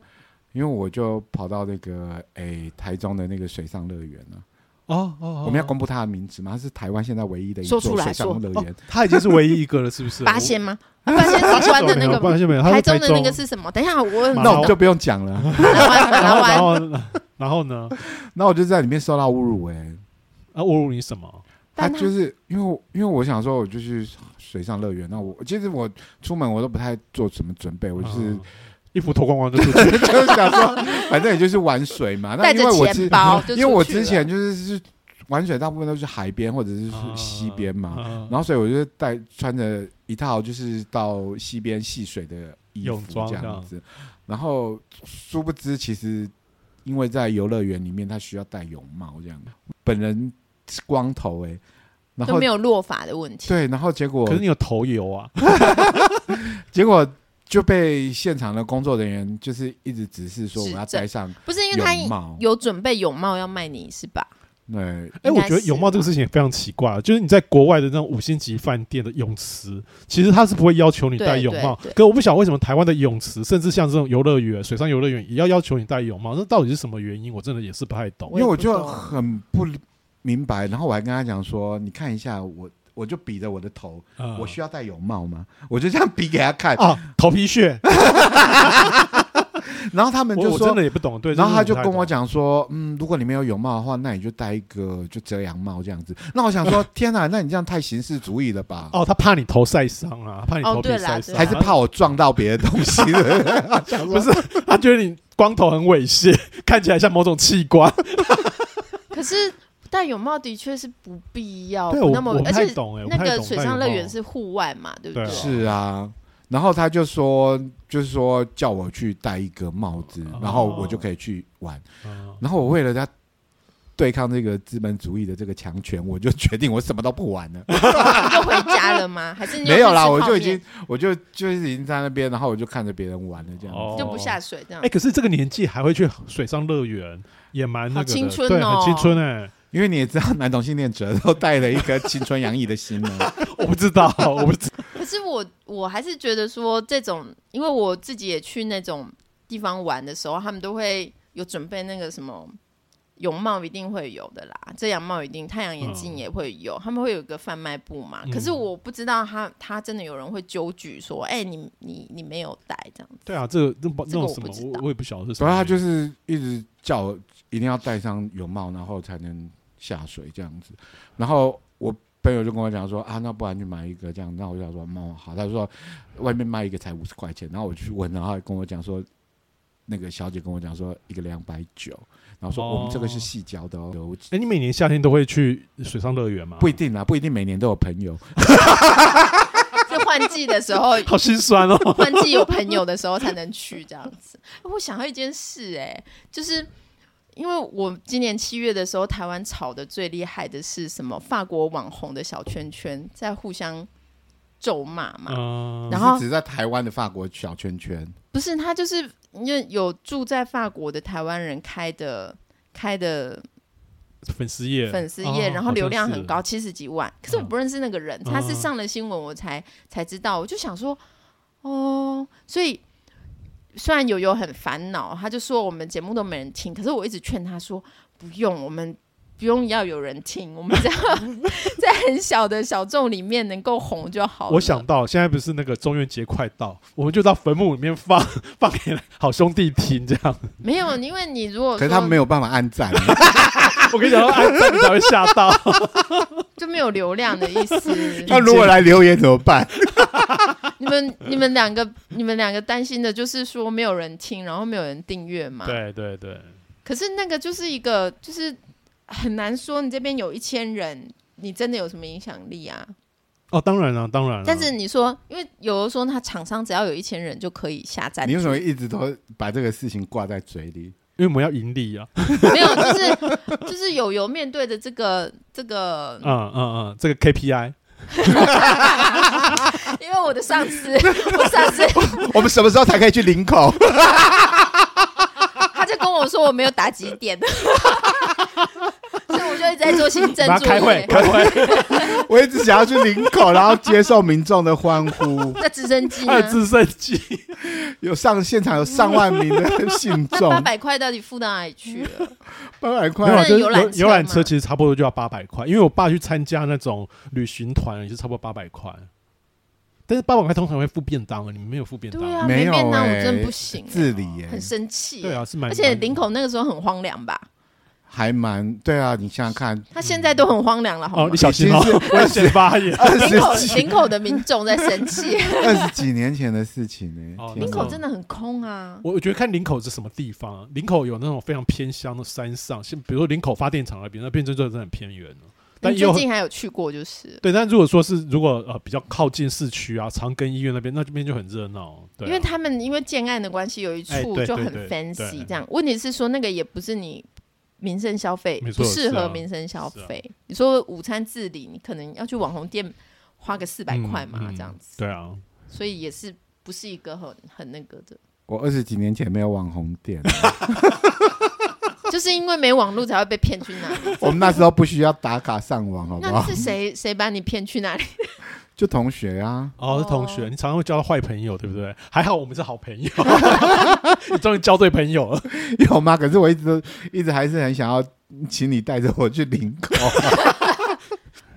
S3: 因为我就跑到那个诶、台中的那个水上乐园啊，
S2: 哦哦，哦
S3: 我们要公布它的名字嘛，它是台湾现在唯一的一
S1: 说
S3: 座
S1: 出来
S3: 水上乐园
S2: 哦，他已经是唯一一个了，是不是？
S1: 八 仙 吗？八仙是关的那 个
S2: 八
S1: 吗，
S2: 仙没有，他
S1: 台
S2: 是
S1: 中
S2: 台
S1: 的那 个是什么？等一下，我 很
S2: 马
S3: 那我
S2: 拉
S3: 们就不用讲了。
S2: 然后
S1: 台
S2: 然
S1: 湾，
S2: 后然后呢？
S3: 那我就在里面受到侮辱诶、
S2: 啊，侮辱你什么？
S3: 他
S1: 但他
S3: 就是因为我因为我想说，我就去水上乐园。那我其实我出门我都不太做什么准备，我就是
S2: 嗯衣服脱光光就出去，
S3: 就是想说，反正也就是玩水嘛。那
S1: 带
S3: 因
S1: 着
S3: 为我
S1: 钱
S3: 之
S1: 包就
S3: 因为我
S1: 出去了
S3: 之前就是是玩水，大部分都是海边或者是西边嘛。
S2: 嗯，
S3: 然后所以我就带穿着一套就是到西边戏水的衣服
S2: 泳装
S3: 这
S2: 这
S3: 样
S2: 样
S3: 子。然后殊不知，其实因为在游乐园里面，他需要戴泳帽这样。本人是光头哎、然
S1: 都
S3: 后
S1: 没有落法的问题。
S3: 对，然后结果
S2: 可是你有头油啊，
S3: 结果就被现场的工作人员就是一直指示说我
S1: 指
S3: 要
S1: 正
S3: 戴上
S1: 不是因为他
S3: 泳帽。
S1: 有准备泳帽要卖你是吧？
S3: 对，
S2: 哎、
S1: 应
S2: 我
S1: 该
S2: 觉得
S1: 是
S2: 泳帽这个
S1: 吧
S2: 事情也非常奇怪啊，就是你在国外的那种五星级饭店的泳池，其实他是不会要求你戴
S1: 对
S2: 泳
S1: 对
S2: 帽
S1: 对。
S2: 可我不晓得为什么台湾的泳池，甚至像这种游乐园、水上游乐园，也要要求你戴泳帽，那到底是什么原因？我真的也是不太懂
S1: 我也
S3: 因为我
S1: 不
S3: 就
S1: 懂
S3: 很不明白，然后我还跟他讲说，你看一下我，我就比着我的头，
S2: 啊。
S3: 我需要戴泳帽吗？我就这样比给他看，
S2: 啊，头皮屑，
S3: 然后他们
S2: 我
S3: 就
S2: 我真
S3: 说
S2: 的。也不懂。对，
S3: 然后他
S2: 真
S3: 就
S2: 的
S3: 跟我
S2: 不太懂，
S3: 讲说，嗯，如果你没有泳帽的话，那你就戴一个就遮阳帽这样子。那我想 说，天哪，那你这样太形式主义了吧？
S2: 哦，他怕你头晒伤啊，怕你
S1: 哦
S2: 头皮
S1: 对啦
S2: 晒
S1: 对
S2: 伤，
S1: 啦
S3: 还是怕我撞到别的东西？
S2: 啊不是？他觉得你光头很猥亵， 看起来像某种器官。
S1: 可是戴泳帽的确是哦不必要
S2: 对，我
S1: 那么
S2: 我不
S1: 而
S2: 太
S1: 且
S2: 懂哎，我
S1: 那
S2: 不太
S1: 个
S2: 懂
S1: 水
S2: 戴
S1: 上
S2: 泳
S1: 乐
S2: 帽
S1: 园是户外嘛，对不
S2: 对啊
S1: 对？
S3: 是啊，然后他就说，就是说叫我去戴一个帽子，
S2: 哦
S3: 然后我就可以去玩。
S2: 嗯
S3: 然后我为了他对抗这个资本主义的这个强权，我就决定我什么都不玩了。
S1: 你就回家了吗？还是你
S3: 没有啦，
S1: 去吃
S3: 我
S1: 泡
S3: 就已
S1: 面
S3: 经，我就就是已经在那边，然后我就看着别人玩了这样子。
S2: 哦
S1: 就不下水这样
S2: 哎、。可是这个年纪还会去水上乐园，也蛮那个
S1: 好
S2: 的，
S1: 青春
S2: 对，
S1: 哦
S2: 很青春哎、
S3: 因为你也知道，男同性恋者都带了一颗青春洋溢的心呢。
S2: 我不知道，我不知
S1: 可是我我还是觉得说这种，因为我自己也去那种地方玩的时候，他们都会有准备那个什么泳帽，一定会有的啦，遮阳帽一定，太阳眼镜也会有，他们会有一个贩卖部嘛。
S2: 嗯
S1: 可是我不知道他他真的有人会纠举说，哎、你你你没有带这样子。
S2: 对啊，这个那那
S1: 这个我
S2: 种
S1: 不
S2: 什么，
S1: 知
S2: 我
S1: 道
S2: 我也不晓得是什
S3: 所以
S2: 么原因。
S3: 他就是一直叫我一定要戴上泳帽，然后才能下水这样子。然后我朋友就跟我讲说啊，那不然去买一个这样。那我就想说，嗯，好。他就说外面卖一个才五十块钱，然后我去问，然后他跟我讲说，那个小姐跟我讲说一个两百九，然后说、
S2: 哦
S3: 我们这个是细胶的哦，我
S2: 哎、你每年夏天都会去水上乐园吗？
S3: 不一，定啦，不一定每年都有朋友。
S1: 就换季的时候，
S2: 好心酸哦。
S1: 换季有朋友的时候才能去这样子。哎我想到一件事、哎，就是因为我今年七月的时候，台湾吵的最厉害的是什么？法国网红的小圈圈在互相咒骂嘛。
S2: 嗯，
S1: 然后
S3: 你是只在台湾的法国小圈圈，
S1: 不是，他就是因为有住在法国的台湾人开的开的
S2: 粉丝业，
S1: 粉丝页，
S2: 哦
S1: 然后流量很，
S2: 好
S1: 高，七十几万。可是我不认识那个人，
S2: 嗯
S1: 他是上了新闻我才才知道。我就想说，哦，所以虽然友友很烦恼，他就说我们节目都没人听，可是我一直劝他说不用，我们。不用要有人听，我们只要 在很小的小众里面能够红就好
S2: 像
S1: 了。
S2: 是我想到现在不是那个中元节快到，我们就到坟墓里面放放给好兄弟听，这 样。
S1: 没有，因为你如果
S3: 可是他们没
S1: 有
S3: 有办法按 赞。
S2: 我跟你讲，按赞你才会吓到。
S1: 就没有流量的意 思。
S3: 那如果来留言怎么 办？
S1: 你们你们两个你们两个担心的就是说没有人听，然后没有人订阅嘛。
S2: 对对对，
S1: 可是那个就是一个，就是很难说。你这边有一千人，你真的有什么影响力啊？
S2: 哦，当然了、当然了、
S1: 但是你说，因为有的说他厂商只要有一千人就可以下载，
S3: 你为什么一直都把这个事情挂在嘴 里？
S2: 因为我们要盈利啊，
S1: 没有，就是就是友友面对的这个这个
S2: 嗯，嗯嗯，这个 KPI
S1: 因为我的上司，我上司
S3: 我们什么时候才可以去领口？
S1: 他就跟我说我没有打几点， 所以我就一直在做行
S2: 我
S1: 政
S2: 们要
S1: 助
S2: 开会
S1: 理。
S2: 开会，
S3: 我一直想要去领口，然后接受民众的欢呼。
S1: 那直升机啊
S2: 还有
S1: 呢？
S2: 直升机，
S3: 有上现场有上万名的 信众
S1: 八，百块到底付到哪里去了？
S3: 八百
S2: 没有啊，
S3: 块
S1: 那
S2: 就是
S1: 游览车
S2: 游览车
S1: 嘛
S2: 其实差不多就要八百块，因为我爸去参加那种旅行团也是差不多八百块，但是八百块通常会付便当啊，你们没有付便当
S1: 对啊，
S3: 没
S1: 没
S3: 有
S1: 便当我
S3: 欸
S1: 真的不行，
S3: 治理耶、
S1: 很生气。欸
S2: 对啊，是蛮
S1: 而且林口那个时候很荒凉吧？
S3: 还蛮对啊。你想 想看，
S1: 他现在都很荒凉了，好
S2: 哦，
S1: 吗
S2: 你？小心哦， 危险发言。
S3: 二
S1: 林口
S3: 十几
S1: 林口的民众在生 气，
S3: 二十几年前的事情呢、
S2: 哦
S3: 天
S1: 林
S3: 哪
S1: 口真的很空啊。
S2: 我我觉得看林口是什么地方、啊，林口有那种非常偏乡的山上，像比如说林口发电厂那边，那边真的是很偏远哦但
S1: 你
S2: 也有
S1: 最
S2: 很
S1: 近还有去过就是，
S2: 对，但如果说是如果呃比较靠近市区啊，长庚医院那边，那这边就很热闹。对啊、
S1: 因为他们因为建案的关系，有一
S2: 哎
S1: 处
S2: 对
S1: 就很
S2: 对对
S1: fancy
S2: 对
S1: 这样。问题是说那个也不是你民生消费
S2: 没，错
S1: 不适
S2: 是
S1: 合
S2: 啊
S1: 民生消费。你说午餐自理，你可能要去网红店花个四百块嘛，
S2: 嗯嗯
S1: 这样子，
S2: 对啊，
S1: 所以也是不是一个很很那个的。
S3: 我二十几年前没有网红店，
S1: 就是因为没网络才会被骗去那里。
S3: 我们那时候不需要打卡上网，好不
S1: 那
S3: 好？
S1: 是谁谁把你骗去那里？
S3: 就同学啊，
S2: 哦，
S1: 哦
S2: 是同学，你常常会交到坏朋友，对不对？还好我们是好朋友， 你终于交对朋友了。
S3: 有吗？可是我一直都一直还是很想要，请你带着我去领口。啊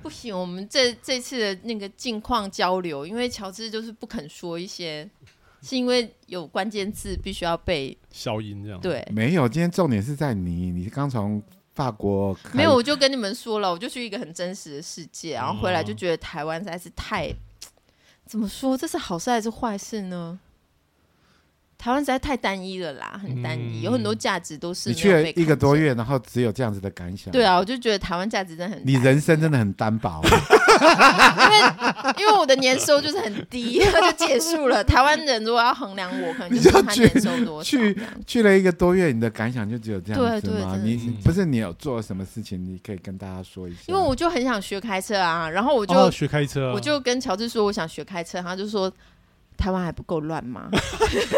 S1: 不行，我们这这次的那个近况交流，因为乔治就是不肯说一些，是因为有关键字必须要背。
S2: 消音这
S3: 哦
S2: 样，，
S1: 对，
S3: 没有，今天重点是在你，你刚从法国开
S1: 没有，我就跟你们说了，我就去一个很真实的世界，然后回来就觉得台湾实在是太，怎么说，这是好事还是坏事呢？台湾实在太单一了啦，很单一，
S2: 嗯
S1: 有很多价值都是
S3: 你
S1: 没有
S3: 去了
S1: 被
S3: 一个
S1: 看
S3: 多
S1: 见。
S3: 月，然后只有这样子的感想。
S1: 对，啊，我就觉得台湾价值真的很
S3: 你
S1: 单一
S3: 人生真的很单薄、啊
S1: 因为我的年收就是很 低，就结束了。台湾人如果要衡量我，可能就是他年收多少
S3: 去
S1: 这样。
S3: 去了一个多月，你的感想就只有这样子
S1: 对对
S3: 吗？
S1: 真的
S3: 你
S2: 是
S3: 不是你有做什么事情？你可以跟大家说一下。
S1: 因为我就很想学开车啊，然后我就、
S2: 哦、学开车啊，
S1: 我就跟乔治说我想学开车，他就说台湾还不够乱 吗？
S3: 啊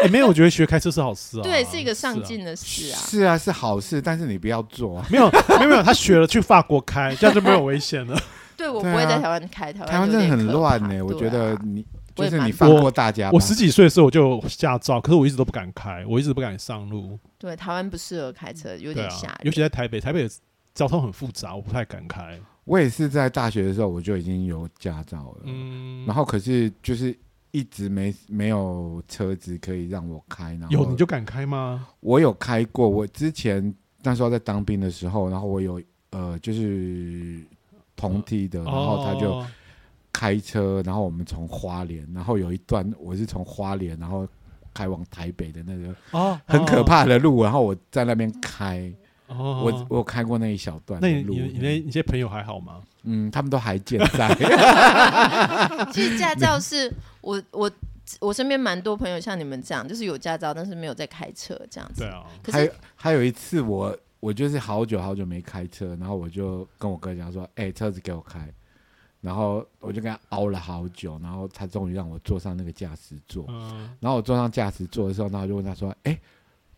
S2: 哎，没有，我觉得学开车是好事啊，
S1: 对，是一个上
S2: 是啊。
S1: 进的事啊。
S3: 是啊，是好事，但是你不要 做啊。
S2: 没有，没有，没有，他学了去法国开，这样就没有危险了。
S1: 对，我不
S3: 对
S1: 会在
S3: 啊
S1: 台湾开，台湾
S3: 台湾
S1: 有
S3: 真的
S1: 点
S3: 很
S1: 可
S3: 乱
S1: 怕
S3: 呢、我
S1: 对
S3: 觉得
S1: 啊
S3: 你
S1: 我
S3: 就
S1: 也
S3: 是
S1: 蛮
S3: 你放过大家吧。
S2: 我十几岁的时候我就有驾照，可是我一直都不敢开，我一直不敢上路。
S1: 对台湾不适合开车，有
S2: 对
S1: 点
S2: 啊
S1: 吓，
S2: 尤其
S1: 人。
S2: 在台北，台北交通很复杂，我不太敢开。
S3: 我也是在大学的时候我就已经有驾照了，
S2: 嗯，
S3: 然后可是就是一直没没有车子可以让我开，然后
S2: 有你就敢开吗？
S3: 我有开过，我之前那时候在当兵的时候，然后我有呃就是同梯
S2: 嗯
S3: 呃的，然后他就
S2: 哦
S3: 开车，然后我们从花莲，然后有一段我是从花莲，然后开往台北的那个
S2: 哦，
S3: 很可怕的路，然后我在那边开，
S2: 哦。哦
S3: 我我有开过那一小段
S2: 那
S3: 的
S2: 你
S3: 路，
S2: 你你那你些朋友还好吗？
S3: 嗯，他们都还健 在，
S1: 其实驾照是我我我身边蛮多朋友像你们这样，就是有驾照但是没有在开车这样
S2: 对
S1: 子。
S2: 啊，
S1: 可
S3: 还
S1: 是
S3: 有还有一次我我就是好久好久没开车，然后我就跟我哥讲说，哎、车子给我开，然后我就跟他熬了好久，然后他终于让我坐上那个驾驶座，
S2: 嗯，
S3: 然后我坐上驾驶座的时候，然后我就问他说，哎、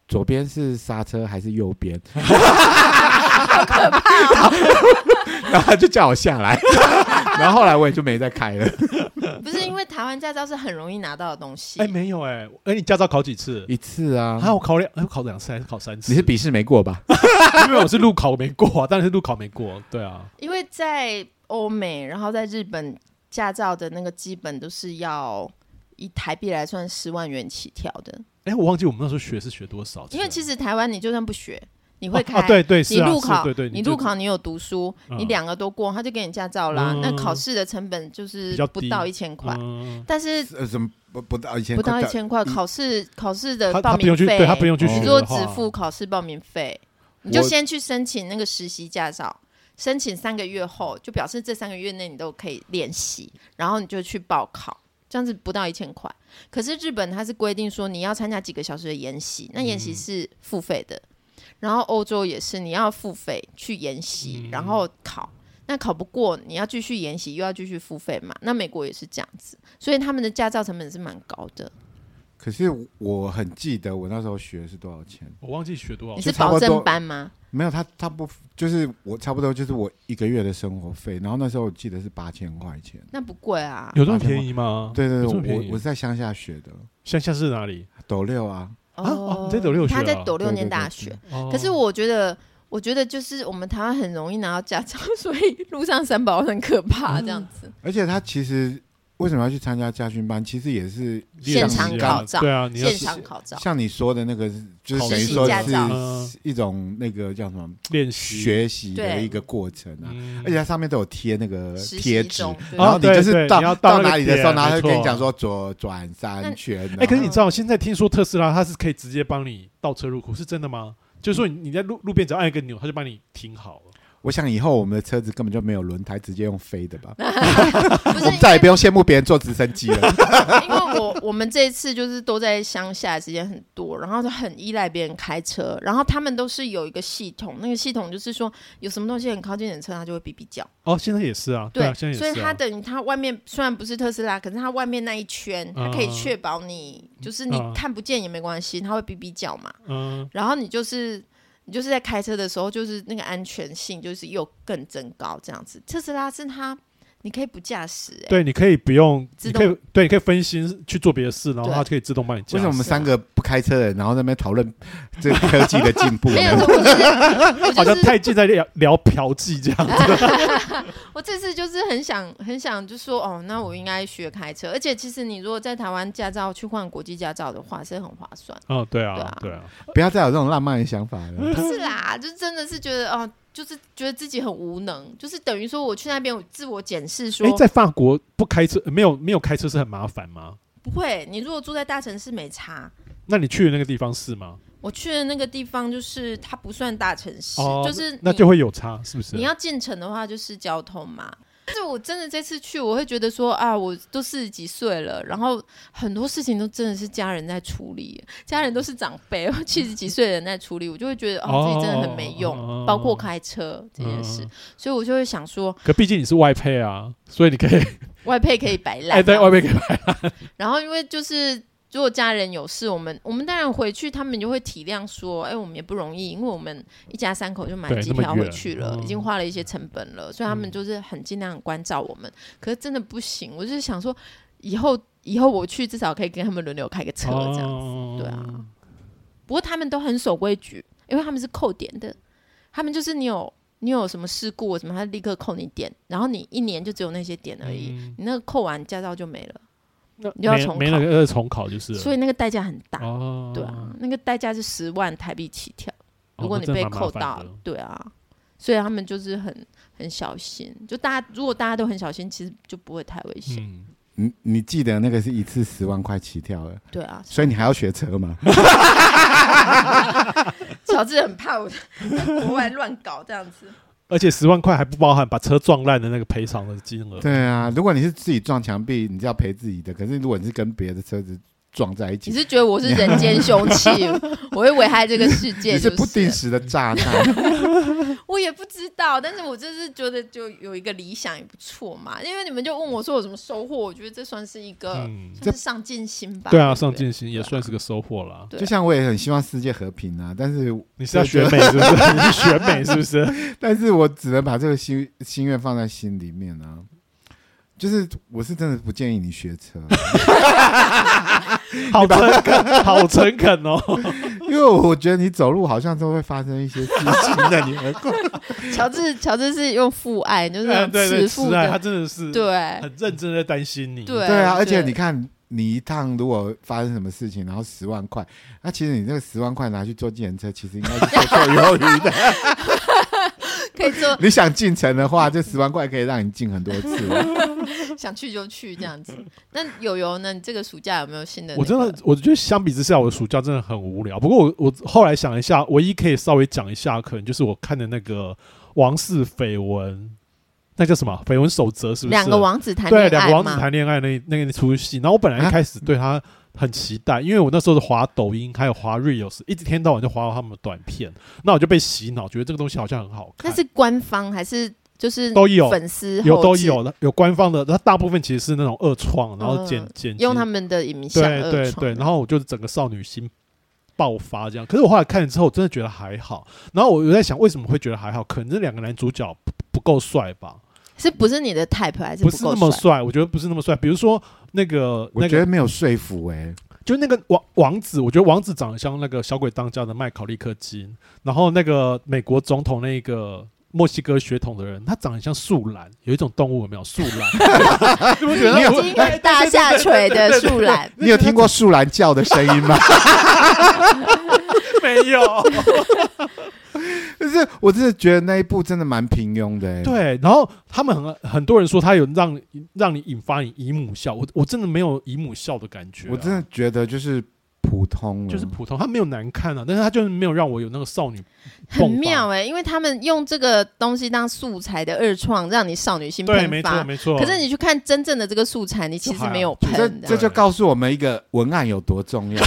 S3: 左边是刹车还是右边？好
S1: 哦
S3: 可怕、然后他就叫我下来，然后后来我也就没再 开了，
S1: 不是因为台湾驾照是很容易拿到的东西？
S2: 哎，没有哎，哎，你驾照考几次？
S3: 一次啊。
S2: 啊，我考两，哎我考两次还是考三次？
S3: 你是笔试没过吧？
S2: 因为我是路考没过啊，当然是路考没过。对啊，
S1: 因为在欧美，然后在日本，驾照的那个基本都是要以台币来算十万元起跳的。
S2: 哎，我忘记我们那时候学是学多少钱了，
S1: 因为其
S2: 实
S1: 实台湾你就算不学，你会开，
S2: 啊，对对，是
S1: 你
S2: 啊
S1: 路
S2: 是
S1: 考，
S2: 对对，
S1: 你
S2: 就
S1: 路考你有读书，
S2: 嗯
S1: 你两个都过，他就给你驾照啦。
S2: 嗯
S1: 那考试的成本就是
S2: 比较
S1: 不
S2: 低
S1: 到一千块，
S2: 嗯
S1: 但是
S3: 呃，怎么不不到一千
S1: 不到
S3: 块？
S1: 一千块，考试考试的
S2: 他
S1: 报
S2: 他不
S1: 名
S2: 用去，
S1: 费，
S2: 对他不用去
S3: 哦
S2: 学
S1: 你
S2: 的
S1: 就
S2: 话，
S1: 只付考试报名费，你就
S3: 我
S1: 先去申请那个实习驾照。申请三个月后，就表示这三个月内你都可以练习，然后你就去报考，这样子不到一千块。可是日本它是规定说你要参加几个小时的研习，那研习
S3: 嗯
S1: 是付费的，然后欧洲也是你要付费去研习，
S3: 嗯
S1: 然后考。那考不过，你要继续研习，又要继续付费嘛？那美国也是这样子，所以他们的驾照成本是蛮高的。
S3: 哦可是我很记得我那时候学是多少钱，
S2: 我忘记学多少
S1: 你是
S2: 钱。
S3: 就差
S1: 保
S3: 不多
S1: 证班吗？
S3: 没有他他不就是我差不多就是我一个月的生活费，然后那时候我记得是八千块钱。
S1: 那不贵啊。
S2: 有这么便宜吗？
S3: 对对
S2: 哦有这么
S3: 对，
S2: 便
S3: 我
S2: 宜
S3: 我是在乡下学的，
S2: 像像是哪里？
S3: 斗六啊，
S2: 啊哦你在斗六学
S1: 他在
S2: 啊
S1: 斗六
S3: 对
S1: 念
S3: 对对
S1: 大
S3: 对
S1: 学。
S2: 哦
S1: 可是我觉得，我觉得就是我们台湾很容易拿到驾照， 所以路上三宝很可
S2: 嗯
S1: 怕，这样子。
S3: 而且他其实为什么要去参加家训班，其实也是
S1: 现场
S3: 像你
S1: 考
S3: 刚
S1: 照
S2: 对啊，你要
S1: 现场考 照，
S3: 像你说的那个，就是
S2: 考
S3: 等于
S2: 试
S3: 说
S1: 驾照
S2: 嗯
S3: 是一种那个叫什么
S2: 练习，
S3: 学习的
S1: 对
S3: 一个过程啊。
S2: 嗯
S3: 而且它上面都有贴那个
S1: 实习
S3: 贴纸，
S1: 中对
S3: 然后你
S2: 啊
S3: 就
S2: 对对
S3: 是
S2: 你要
S3: 到
S2: 到那个
S3: 哪里的时候，
S2: 点
S3: 然后他
S2: 没
S3: 就跟你
S2: 错
S3: 讲说左转
S1: 那
S3: 三圈。啊
S2: 哎、可是
S3: 然后
S2: 你知道，现在听说特斯拉它是可以直接帮你倒车入库，是真的吗？就是说你你在路路边只要按一个钮，它就帮你停好了。
S3: 我想以后我们的车子根本就没有轮胎，直接用飞的吧？
S1: 不是
S3: 我们再也不用羡慕别人坐直升机 了。
S1: 因为我我们这一次就是都在乡下，时间很多，然后就很依赖别人开车，然后他们都是有一个系统，那个系统就是说有什么东西很靠近你的车，它就会哔哔叫。
S2: 哦，现在也是啊，啊，现在也是、
S1: 所
S2: 啊。
S1: 以它等于它外面虽然不是特斯拉，可是它外面那一圈，它可以
S2: 嗯
S1: 确保你、就是你
S2: 嗯
S1: 看不见也没关系，它会哔哔叫嘛。
S2: 嗯，
S1: 然后你就是你就是在开车的时候，就是那个安全性就是又更增高这样子。特斯拉是它你可以不驾驶、欸，
S2: 对，你可以不用，
S1: 自
S2: 你
S1: 动
S2: 可以对，你可以分心去做别的事，然后
S1: 对
S2: 它可以自动帮你驾
S3: 为什么我
S2: 驶。
S3: 们三个不开车的人，然后在那边讨论这个科技的进步
S1: 没有，
S3: 呢？
S1: 我就是 我
S2: 好
S1: 就
S2: 像
S1: 是
S2: 太近在聊聊嫖妓这样。
S1: 我这次就是很想很想就说哦，那我应该学开车。而且其实你如果在台湾驾照去换国际驾照的话，是很划算。
S2: 哦，对
S1: 对
S2: 啊
S1: 啊，
S2: 对啊，
S3: 不要再有这种浪漫的想法了。
S1: 不是啦，就真的是觉得哦，就是觉得自己很无能，就是等于说我去那边我自我检视说
S2: 哎、，在法国不开车，没有没有开车是很麻烦吗？
S1: 不会，你如果住在大城市没差。
S2: 那你去的那个地方是吗？
S1: 我去的那个地方就是它不算大城市，
S2: 哦，
S1: 就是
S2: 那那
S1: 你
S2: 就会有差，是不是？
S1: 你要进城的话，就是交通嘛。但是我真的这次去，我会觉得说啊，我都四十几岁了，然后很多事情都真的是家人在处理，家人都是长辈， 七十几岁的人在处理，我就会觉得哦，自己真的很没用，
S2: 哦
S1: 包括开车这件事，
S2: 嗯
S1: 所以我就会想说，
S2: 可毕竟你是外配啊，所以你可以
S1: 外配可以摆烂。啊
S2: 哎，对外面给
S1: 然后因为就是如果家人有事，我们我们当然回去，他们就会体谅说，哎，我们也不容易，因为我们一家三口就买
S2: 对
S1: 机
S2: 那么
S1: 票
S2: 远
S1: 回去了，
S2: 嗯
S1: 已经花了一些成本了，所以他们就是很尽量关照我们。可是真的不行，我就是想说，以后以后我去至少可以跟他们轮流开个车这样。
S2: 哦
S1: 对啊不过他们都很守规矩，因为他们是扣点的，他们就是你有你有什么事故什么，他立刻扣你点，然后你一年就只有那些点而已，
S2: 嗯
S1: 你那个扣完驾照就没了，
S2: 那
S1: 你就要
S2: 没
S1: 重
S2: 没那
S1: 考
S2: 个呃重考就是了，
S1: 所以那个代价很大。
S2: 哦，
S1: 对啊，那个代价是十万台币起跳，
S2: 哦
S1: 如果
S2: 那
S1: 你
S2: 真的
S1: 被
S2: 蛮麻
S1: 扣
S2: 烦
S1: 到
S2: 的，
S1: 对啊，所以他们就是很很小心。就大家如果大家都很小心，其实就不会太危险。
S2: 嗯，
S3: 你你记得那个是一次十万块起跳了，
S1: 对啊，
S3: 所以你还要学 车吗？
S1: 乔治很怕我在国外乱搞这样 子。
S2: 而且十万块还不包含把车撞烂的那个赔偿的金额。
S3: 对啊，如果你是自己撞墙壁，你是要赔自己的；可是如果你是跟别的车子撞在一
S1: 你
S3: 起，
S1: 是觉得我是人间凶器，我会危害这个世 界？
S3: 你是
S1: 就
S3: 不定时的 炸弹。
S1: 我也不知道，但是我就是觉得就有一个理想也不错嘛。因为你们就问我说有什么收获，我觉得这算是一个、
S2: 嗯，
S1: 算是上进心吧。
S2: 对啊，
S1: 不
S2: 上。进心也算是个收获啦。
S1: 对啊
S3: 就像我也很希望世界和平啊，但是
S2: 你是要学美是不是？ 你是学美是不是？
S3: 但是我只能把这个心心愿放在心里面啊。就是我是真的不建议你学 车，
S2: 好诚恳，好诚恳哦。
S3: 因为我觉得你走路好像都会发生一些事 情在你耳光。
S1: 乔治，乔治是用父爱，就是那
S2: 对
S1: 种
S2: 嗯
S1: 慈
S2: 对，是
S1: 父
S2: 爱，他
S1: 的，
S2: 真的是
S1: 对
S2: 很认真的担心你。
S1: 对
S3: 对啊，而且
S1: 对
S3: 你看，你一趟如果发生什么事情，然后十万块，那其实你那个十万块拿去坐计程车，其实应该是绰绰有余 的。
S1: 可以做
S3: 你想进城的话，这十万块可以让你进很多次。
S1: 想去就去这样子。那友友呢？你这个暑假有没有新的、那
S2: 我真的
S1: 个，
S2: 我觉得相比之下，我的暑假真的很无聊。不过我我后来想一下，唯一可以稍微讲一下，可能就是我看的那个王室绯闻，那叫什么绯闻守则，是不是？
S1: 两个王子谈恋
S2: 对，
S1: 爱
S2: 两个王子
S1: 嘛
S2: 谈恋爱那那个出戏，然后我本来一
S3: 啊
S2: 开始对他很期待，因为我那时候是滑抖音，还有滑 reels，一天到晚就滑到他们的短片，那我就被洗脑，觉得这个东西好像很好看
S1: 那。是官方还是就是
S2: 都有
S1: 粉丝
S2: 有都
S1: 后置
S2: 有的，有官方的，它大部分其实是那种恶创，然后
S1: 嗯
S2: 剪剪辑
S1: 用他们的影像
S2: 对
S1: 二
S2: 对
S1: 创
S2: 对，然后我就整个少女心爆发这样。可是我后来看了之后，我真的觉得还好。然后我又在想，为什么会觉得还好？可能这两个男主角不不够帅吧，
S1: 是不是你的 type 还是
S2: 不
S1: 够
S2: 是那么
S1: 帅？
S2: 帅。我觉得不是那么帅。比如说那个
S3: 我
S2: 那
S3: 觉
S2: 个
S3: 得，没有说服哎、
S2: 就那个王王子，我觉得王子长得像那个小鬼当家的麦考利克金，然后那个美国总统那个。墨西哥血统的人，他长得像树懒，有一种动物有没有？树懒，你不觉得
S3: 你有
S2: 我？
S1: 金额大下垂的树懒，
S3: 你有听过树懒叫的声音吗？
S2: 没有？
S3: 就是我真的觉得那一部真的蛮平庸的、欸。，
S2: 对，然后他们很很多人说他有让让你引发你姨母笑，我我真的没有姨母笑的感觉啊、
S3: 我真的觉得就是普通了，
S2: 就是普通，他没有难看啊，但是他就是没有让我有那个少女
S1: 很妙哎、因为他们用这个东西当素材的二创，让你少女心
S2: 对，
S1: 喷
S2: 没错
S1: 发。
S2: 没错。
S1: 可是你去看真正的这个素材，你其
S2: 就还
S1: 实
S2: 好
S1: 没有
S3: 这
S1: 喷的
S3: 这。就告诉我们一个文案有多重要。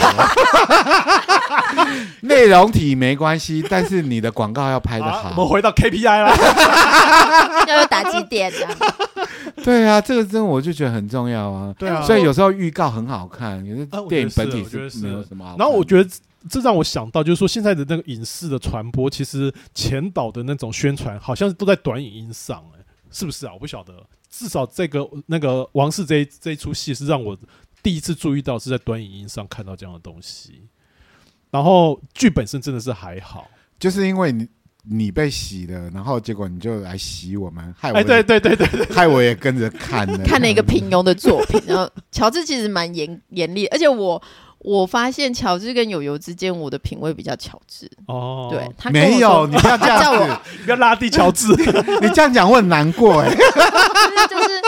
S3: 内容体没关系，但是你的广告要拍的
S2: 好
S3: 好。
S2: 我们回到 KPI 啦，
S1: 要有打击点的、
S3: 对啊，这个真的我就觉得很重要啊。
S2: 对啊。
S3: 所以有时候预告很好看，可是
S2: 啊我觉得
S3: 电影
S2: 是
S3: 本体
S2: 我觉得是
S3: 没有什么好看的。
S2: 然后我觉得这这让我想到，就是说现在的那个影视的传播，其实前导的那种宣传，好像都在短影音上、哎，是不是啊？我不晓得，至少这个那个王室这一这一出戏是让我第一次注意到是在短影音上看到这样的东西。然后剧本身真的是还好，
S3: 就是因为你你被洗了，然后结果你就来洗我们，害我
S2: 哎，
S3: 也、
S2: 对对对对 对，
S3: 害我也跟着看了
S1: 看了一个平庸的作 品，然后乔治其实蛮严严厉，而且我我发现乔治跟友友之间，我的品味比较乔治。
S2: 哦，
S1: 对，他跟我
S3: 没有，
S1: 说
S3: 你不要这
S1: 他叫
S3: 样
S1: 我
S3: 子，
S2: 不要拉低乔治，
S3: 你这样讲我很难过哎、
S1: 就是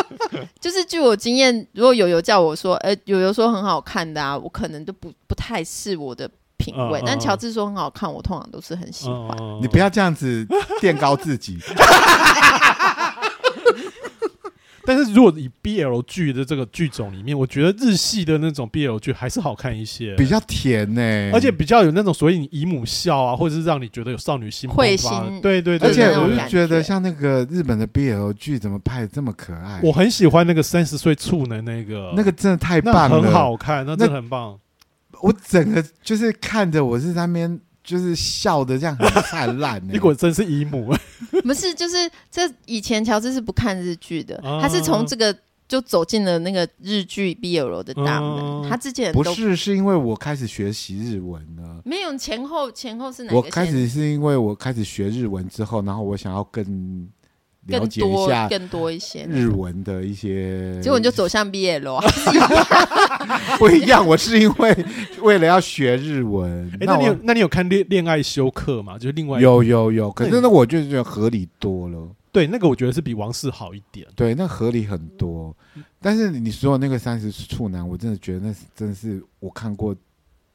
S1: 就是， 据我经验，如果友友叫我说，呃，友友说很好看的啊，我可能都不不太是我的品味。
S2: 嗯嗯
S1: 但
S2: 嗯
S1: 乔治说很好看，我通常都是很喜欢。
S3: 你不
S2: 要
S3: 要这样子垫高自己。
S2: 但是如果以 BL 剧的这个剧种里面，我觉得日系的那种 BL 剧还是好看一些，
S3: 比较甜哎呢、
S2: 而且比较有那种所谓姨母笑啊，或者是让你觉得有少女心
S1: 会
S2: 迸发的。
S1: 心
S2: 对对对，
S3: 而且
S2: 对
S3: 我
S2: 对
S3: 就
S1: 感
S3: 觉得
S1: 觉
S3: 像那个日本的 BL 剧怎么拍的这么可爱，
S2: 我很喜欢那个三十岁处男那个，
S3: 那个真的太
S2: 那
S3: 棒了，
S2: 很好看，那真的很棒。
S3: 我整个就是看着我是在那边就是笑的这样很灿烂、欸，
S2: 你果真是姨
S3: 嗯
S2: 母，
S1: 不是， 就是这以前乔治是不看日剧的，
S3: 嗯
S2: 啊
S1: 他是从这个就走进了那个日剧 BL 的大门。
S2: 嗯
S1: 他之前
S3: 不
S1: 都
S3: 是是因为我开始学习日文了。
S1: 没有前后前后是哪个
S3: 我
S1: 先
S3: 开始是因为我开始学日文之后，然后我想要更了
S1: 更
S3: 解一下
S1: 多更多一些，
S3: 日文的一些，
S1: 结果你就走向 BL，还是一样
S3: 不一样。我是因为为了要学日文，
S2: 哎，那你有
S3: 我
S2: 那你有看恋恋爱休克吗？就是另外一
S3: 有有有，可
S2: 对
S3: 是那我就觉得合理多了。
S2: 对那个，我觉得是比王室好一点。
S3: 对，那合理很多。但是你说的那个三十处男，我真的觉得那是真的是我看过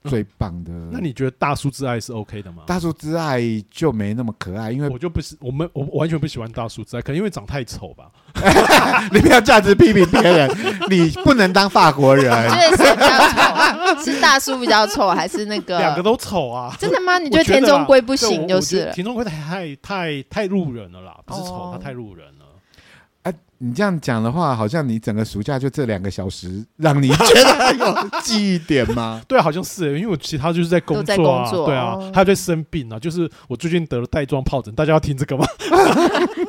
S3: 最棒的。
S2: 嗯那你觉得大叔之爱是 OK 的吗？
S3: 嗯大叔之爱就没那么可爱，因为
S2: 我就不是我们我我完全不喜欢大叔之爱，可能因为长太丑吧。
S3: 你不要这样子批评别人， 你不能当法国
S1: 你
S3: 人。
S1: 觉得谁比较丑？是大叔比较丑，还是那个？
S2: 两个都丑啊。
S1: 真的吗？你
S2: 我
S1: 觉得田
S2: 啦
S1: 中圭不
S2: 对
S1: 行
S2: 我
S1: 就
S2: 我觉
S1: 是
S2: 得
S1: 了。
S2: 田中圭太太太入人了啦，不是丑，
S1: 哦
S2: 他太入人了。？
S3: 哎、你这样讲的话，好像你整个暑假就这两个小时，让你觉得有记忆点吗
S2: 对啊，好像是欸，因为我其他就是在工
S1: 在
S2: 作啊，
S1: 工作
S2: 对啊，
S1: 哦
S2: 还有在生病啊，就是我最近得了带状疱疹，大家要听这个吗？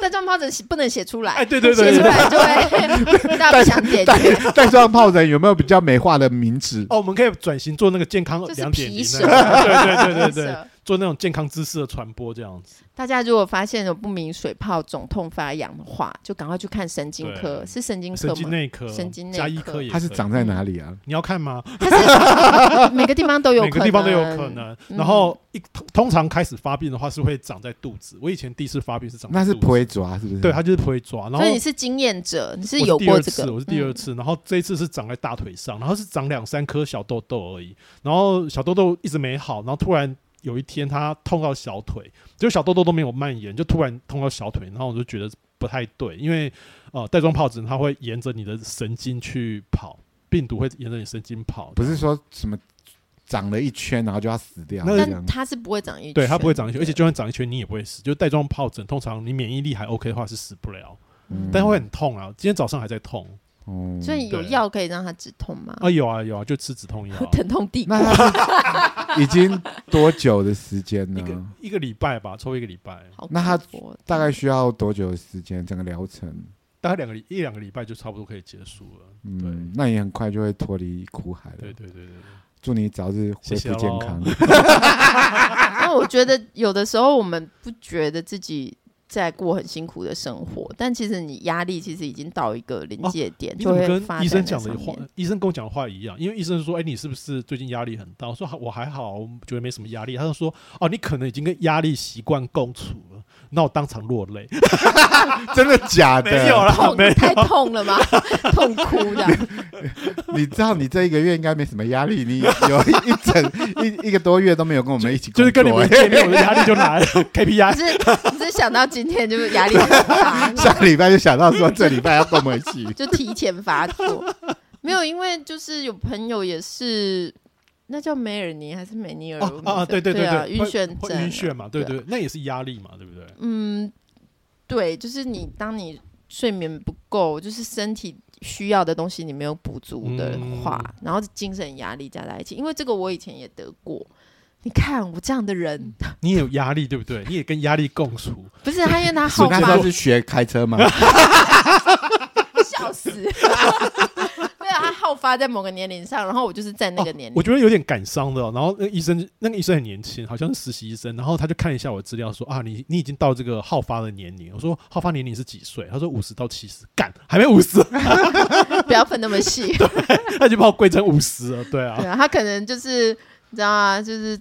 S1: 带状疱疹写不能写出来，
S2: 哎对对对
S1: 写出来就会大家不想解
S3: 带
S1: 决，
S3: 带状疱疹有没有比较美化的名 字？
S2: 哦，我们可以转型做那个健康
S1: 就是
S2: 两点零
S1: 皮， 蛇
S2: 对对对对
S1: 是
S2: 对，
S1: 啊
S2: 做那种健康知识的传播这样子。
S1: 大家如果发现有不明水泡、肿痛、发痒的话，就赶快去看神经科，
S2: 对
S1: 是神经科
S2: 神
S1: 吗？
S2: 经内科、
S1: 神经内
S2: 加医
S1: 科
S2: 科也可以，嗯
S3: 它是长在哪里啊？
S2: 你要看吗？
S1: 它是每个地方都有可
S2: 每
S1: 能，
S2: 个地方都有可能。
S1: 嗯
S2: 然后一通通常开始发病的话是会长在肚子，我以前第一次发病是长在
S3: 那是
S2: 肚子
S3: 不会抓，是不是？
S2: 对，它就是不会抓。然后
S1: 所以你是经验者，你是
S2: 我
S1: 有
S2: 第
S1: 过
S2: 二
S1: 这
S2: 次，
S1: 个，嗯
S2: 我是第二次，然后这一次是长在大腿上，然后是长两三颗小痘痘而已，然后小痘痘一直没好，然后突然有一天它痛到小腿，就小痘痘都没有蔓延，就突然痛到小腿，然后我就觉得不太对，因为呃带状疱疹它会沿着你的神经去跑，病毒会沿着你神经跑，
S3: 不是说什么长了一圈然后就要死掉
S2: 那
S3: 这
S1: 嗯。
S3: 样
S1: 但。它是不会长一圈，
S2: 对它不会长一圈，而且
S1: 对
S2: 就算长一圈你也不会死，就带状疱疹通常你免疫力还 OK 的话是死不了，
S3: 嗯
S2: 但会很痛啊，今天早上还在痛哦
S3: 嗯
S1: 所以有
S2: 对
S1: 药可以让它止痛吗？
S2: 啊，有啊有啊，就吃止痛药啊、
S1: 疼痛帝国
S3: 那他 是已经多久的时间
S2: 一个
S3: 呢？
S2: 一个礼拜吧，抽一个礼拜，
S1: 好
S3: 那它
S1: 恐怖哦
S3: 大概需要多久的时间？整个疗程？
S2: 大概两个礼一两个礼拜就差不多可以结束了。对
S3: 嗯，那也很快就会脱离苦海
S2: 对
S3: 了。
S2: 对对对对，
S3: 祝你早日恢
S2: 谢谢
S3: 复
S2: 咯
S3: 健康。
S1: 但我觉得有的时候我们不觉得自己在过很辛苦的生活，但其实你压力其实已经到一个临界点，
S2: 哦你
S1: 就
S2: 怎么
S1: 会发
S2: 跟医生
S1: 展
S2: 讲
S1: 在
S2: 的
S1: 上
S2: 话
S1: 面。，
S2: 医生跟我讲的话一样？因为医生说：“哎，你是不是最近压力很大？”我说：“好我还好，我觉得没什么压力。”他就说：“哦，你可能已经跟压力习惯共处了。”那我当场落泪，
S3: 真的假 的？
S2: 没有啦，
S1: 痛
S2: 啊 没
S1: 太痛了吗？痛哭的，
S3: 你知道你这一个月应该没什么压力，你有一整 一一个多月都没有跟我们一起
S2: 就是跟你
S3: 工
S2: 们
S3: 作欸，
S2: 见面，我的压力就来了
S1: 可
S2: ，KPI。
S1: 是只是想到今天就是压力很大。
S3: 下哎个礼拜就想到说这礼拜要跟我们一起
S1: 就提前发作。没有，因为就是有朋友也是，那叫梅尔尼还是梅尼尔？
S2: 哦啊，啊对
S1: 对
S2: 对
S1: 啊，
S2: 对，
S1: 晕
S2: 会
S1: 眩
S2: 会
S1: 症啊，
S2: 晕眩嘛，对
S1: 对
S2: 对，那也是压力嘛，对不对？
S1: 嗯，对，就是你当你睡眠不够，就是身体需要的东西你没有补足的
S2: 嗯
S1: 话，然后精神压力加在一起，因为这个我以前也得过。你看我这样的人，
S2: 你也有压力，对不对？你也跟压力共处，
S1: 不是他，因为他好
S3: 那
S1: 发
S3: 时候是学开 车吗？
S1: 笑死， 没有他好发在某个年龄上，然后我就是在那个年
S2: 哦我
S1: 龄，
S2: 觉得有点感伤的哦、然后那个医生，那个医生很年轻，好像是实习医生。然后他就看了一下我的资料，说啊，你你已经到这个好发的年龄。我说好发年龄是几岁？他说五十到七十。干，还没五十，
S1: 不要分那么细。
S2: 他已经把我归成五十了。对
S1: 对
S2: 啊，
S1: 啊，他可能就是你知道吗？就是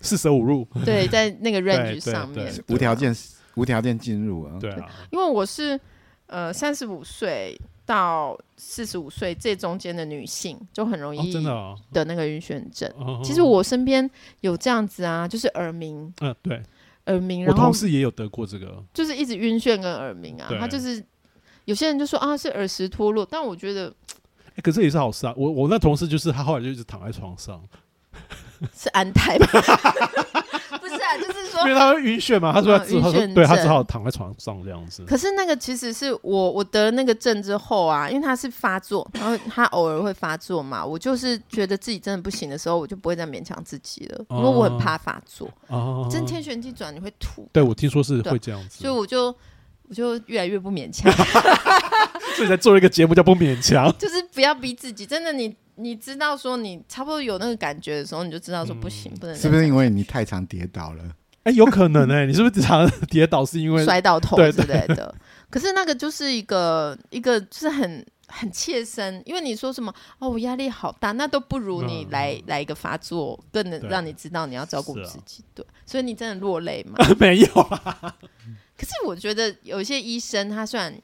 S2: 四舍五入。
S1: 对，在那个 range
S2: 对对
S1: 上面
S2: 对，
S3: 无条件无条件进入啊。
S2: 对啊，
S1: 因为我是呃三十五岁到四十五岁这中间的女性，就很容
S2: 哦，
S1: 易
S2: 真的、哦。
S1: 的那个晕眩症。
S2: 哦
S1: 其实我身边有这样子啊，就是耳鸣，
S2: 嗯，对
S1: 耳鸣，
S2: 我
S1: 然后
S2: 同事也有得过这个，
S1: 就是一直晕眩跟耳鸣啊
S2: 对，
S1: 他就是有些人就说啊是耳石脱落，但我觉得
S2: 欸可是也是好事啊。我我那同事就是他后来就一直躺在床上，
S1: 是安胎吧， 不是啊，就是说
S2: 因为他会晕眩嘛，他说他只
S1: 嗯
S2: 他
S1: 晕眩
S2: 说
S1: 症
S2: 对他只好躺在床上这样子。
S1: 可是那个其实是我我得那个症之后啊，因为它是发作，然后它偶尔会发作嘛，我就是觉得自己真的不行的时候，我就不会再勉强自己了，因为我很怕发作，
S2: 哦，
S1: 真天旋地转你会吐，
S2: 对我听说是
S1: 对
S2: 会这样子
S1: 所以，我就我就越来越不勉强，
S2: 所以才做了一个节目叫不勉强。
S1: 就是不要逼自己，真的你。你知道说你差不多有那个感觉的时候，你就知道说不行，不能再
S3: 是不是
S1: 这
S3: 因
S1: 样
S3: 为你太常跌倒了？
S2: 哎，有可能哎，你是不是常 常跌倒是因为
S1: 摔到头
S2: 对
S1: 之类的。可是那个就是一个一个就是很很切身，因为你说什么哦，我压力好大，那都不如你
S2: 嗯
S1: 来、来一个发作，更能
S2: 对
S1: 让你知道你要照顾
S2: 是啊
S1: 自己。对，所以你真的落泪嘛？
S2: 没有啊？
S1: 可是我觉得有一些医生，他虽然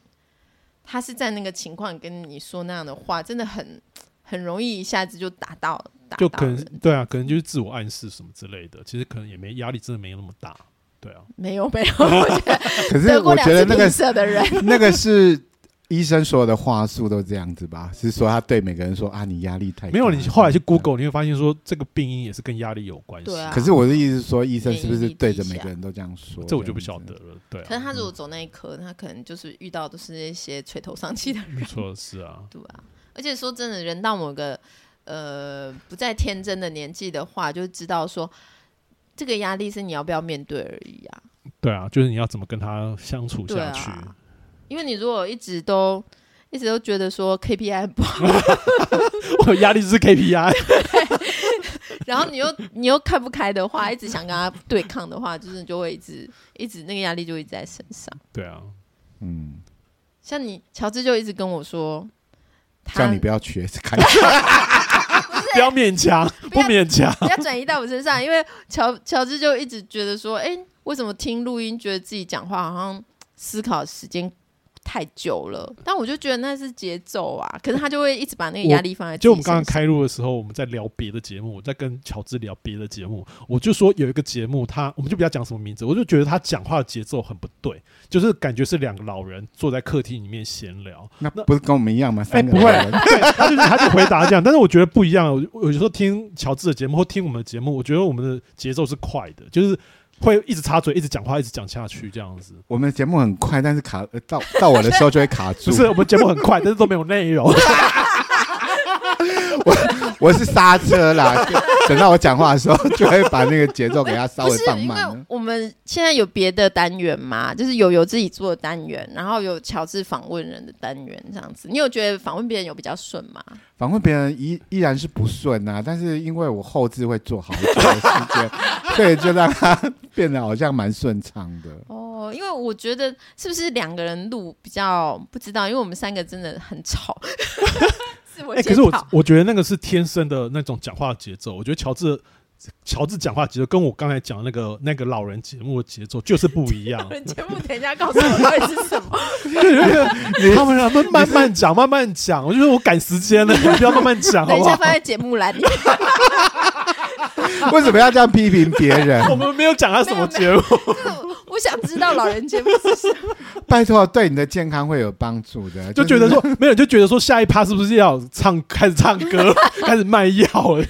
S1: 他是在那个情况跟你说那样的话，真的很很容易一下子就打到打
S2: 就
S1: 到
S2: 可能
S1: 人。
S2: 对啊，可能就是自我暗示什么之类的。其实可能也没压力，真的没有那么大。对啊，
S1: 没有 没有，我觉得
S3: 可是
S1: 得过
S3: 我
S1: 两
S3: 觉得
S1: 次
S3: 那
S1: 闭
S3: 个
S1: 塞的人，
S3: 那个是医生所有的话术都这样子吧？是说他对每个人说啊，你压力太大嗯
S2: 没有你后来去 Google，你会发现说这个病因也是跟压力有关系。
S1: 对啊
S3: 可是我的意思是说，医生
S1: 免疫
S3: 是不是
S1: 力
S3: 对
S1: 低
S3: 着每
S1: 下
S3: 个人都这样说？
S2: 这我就不
S3: 样
S2: 晓
S3: 子
S2: 得了。对
S1: 可
S2: 啊，
S1: 是他如果走那一科，他可能就是遇到都是那些垂头丧气的
S2: 没错，是啊，
S1: 对啊，而且说真的，人到某个呃不再天真的年纪的话，就知道说这个压力是你要不要面对而已啊。
S2: 对啊，就是你要怎么跟他相处
S1: 对
S2: 下去。
S1: 啊，因为你如果一直都一直都觉得说 KPI 很不好，
S2: 我压力就是 KPI。
S1: 然后你又你又看不开的话，一直想跟他对抗的话，就是你就会一直一直那个压力就一直在身上。
S2: 对啊，
S3: 嗯，
S1: 像你乔治就一直跟我说，他
S3: 叫你不要学，开
S2: 不要勉强，不
S1: 要
S2: 勉强。
S1: 不要转移到我身上，因为乔乔治就一直觉得说，哎、为什么听录音觉得自己讲话好像思考时间太久了？但我就觉得那是节奏啊，可是他就会一直把那个压力放在自己
S2: 就我们刚刚
S1: 身上
S2: 开录的时候，我们在聊别的节目，我在跟乔治聊别的节目，我就说有一个节目他，我们就不要讲什么名字，我就觉得他讲话的节奏很不对，就是感觉是两个老人坐在客厅里面闲聊，
S3: 那不是跟我们一样吗？三个
S2: 不会
S3: 人
S2: 他就他就回答这样，但是我觉得不一样。我有时候听乔治的节目或听我们的节目，我觉得我们的节奏是快的，就是会一直插嘴、一直讲话、一直讲下去这样子。
S3: 我们的节目很快，但是卡呃到到我的时候就会卡住。
S2: 不是，我们节目很快，但是都没有内容。
S3: 我是刹车啦， 就等到我讲话的时候，就会把那个节奏给它稍
S1: 不
S3: 微
S1: 是
S3: 放
S1: 因
S3: 慢
S1: 为
S3: 了。
S1: 我们现在有别的单元嘛，就是有有自己做的单元，然后有乔治访问人的单元这样子。你有觉得访问别人有比较顺吗？
S3: 访问别人依依然是不顺啊，但是因为我后置会做好久的时间，所以就让它变得好像蛮顺畅的。
S1: 哦，因为我觉得是不是两个人录比较不知道，因为我们三个真的很吵。 自我
S2: 哎、可
S1: 检
S2: 是
S1: 讨
S2: 我。我觉得那个是天生的那种讲话节奏。我觉得乔治乔治讲话节奏跟我刚才讲的那个那个老人节目的节奏就是不一样
S1: 。人节目等一下告诉我到底是什 么。
S2: 他们他们慢慢讲，慢慢讲。我就说我赶时间了，你们不要慢慢讲，好
S1: 等一
S2: 不
S1: 下
S2: 好？
S1: 放在节目栏里。
S3: 为什么要这样批评别人？
S2: 我们没有讲他什么节目，
S1: 我想知道老人节目是什么。
S3: 拜托，对你的健康会有帮助的。
S2: 就觉得说没有，就觉得说下一趴是不是要唱开始唱 歌，开始卖药了？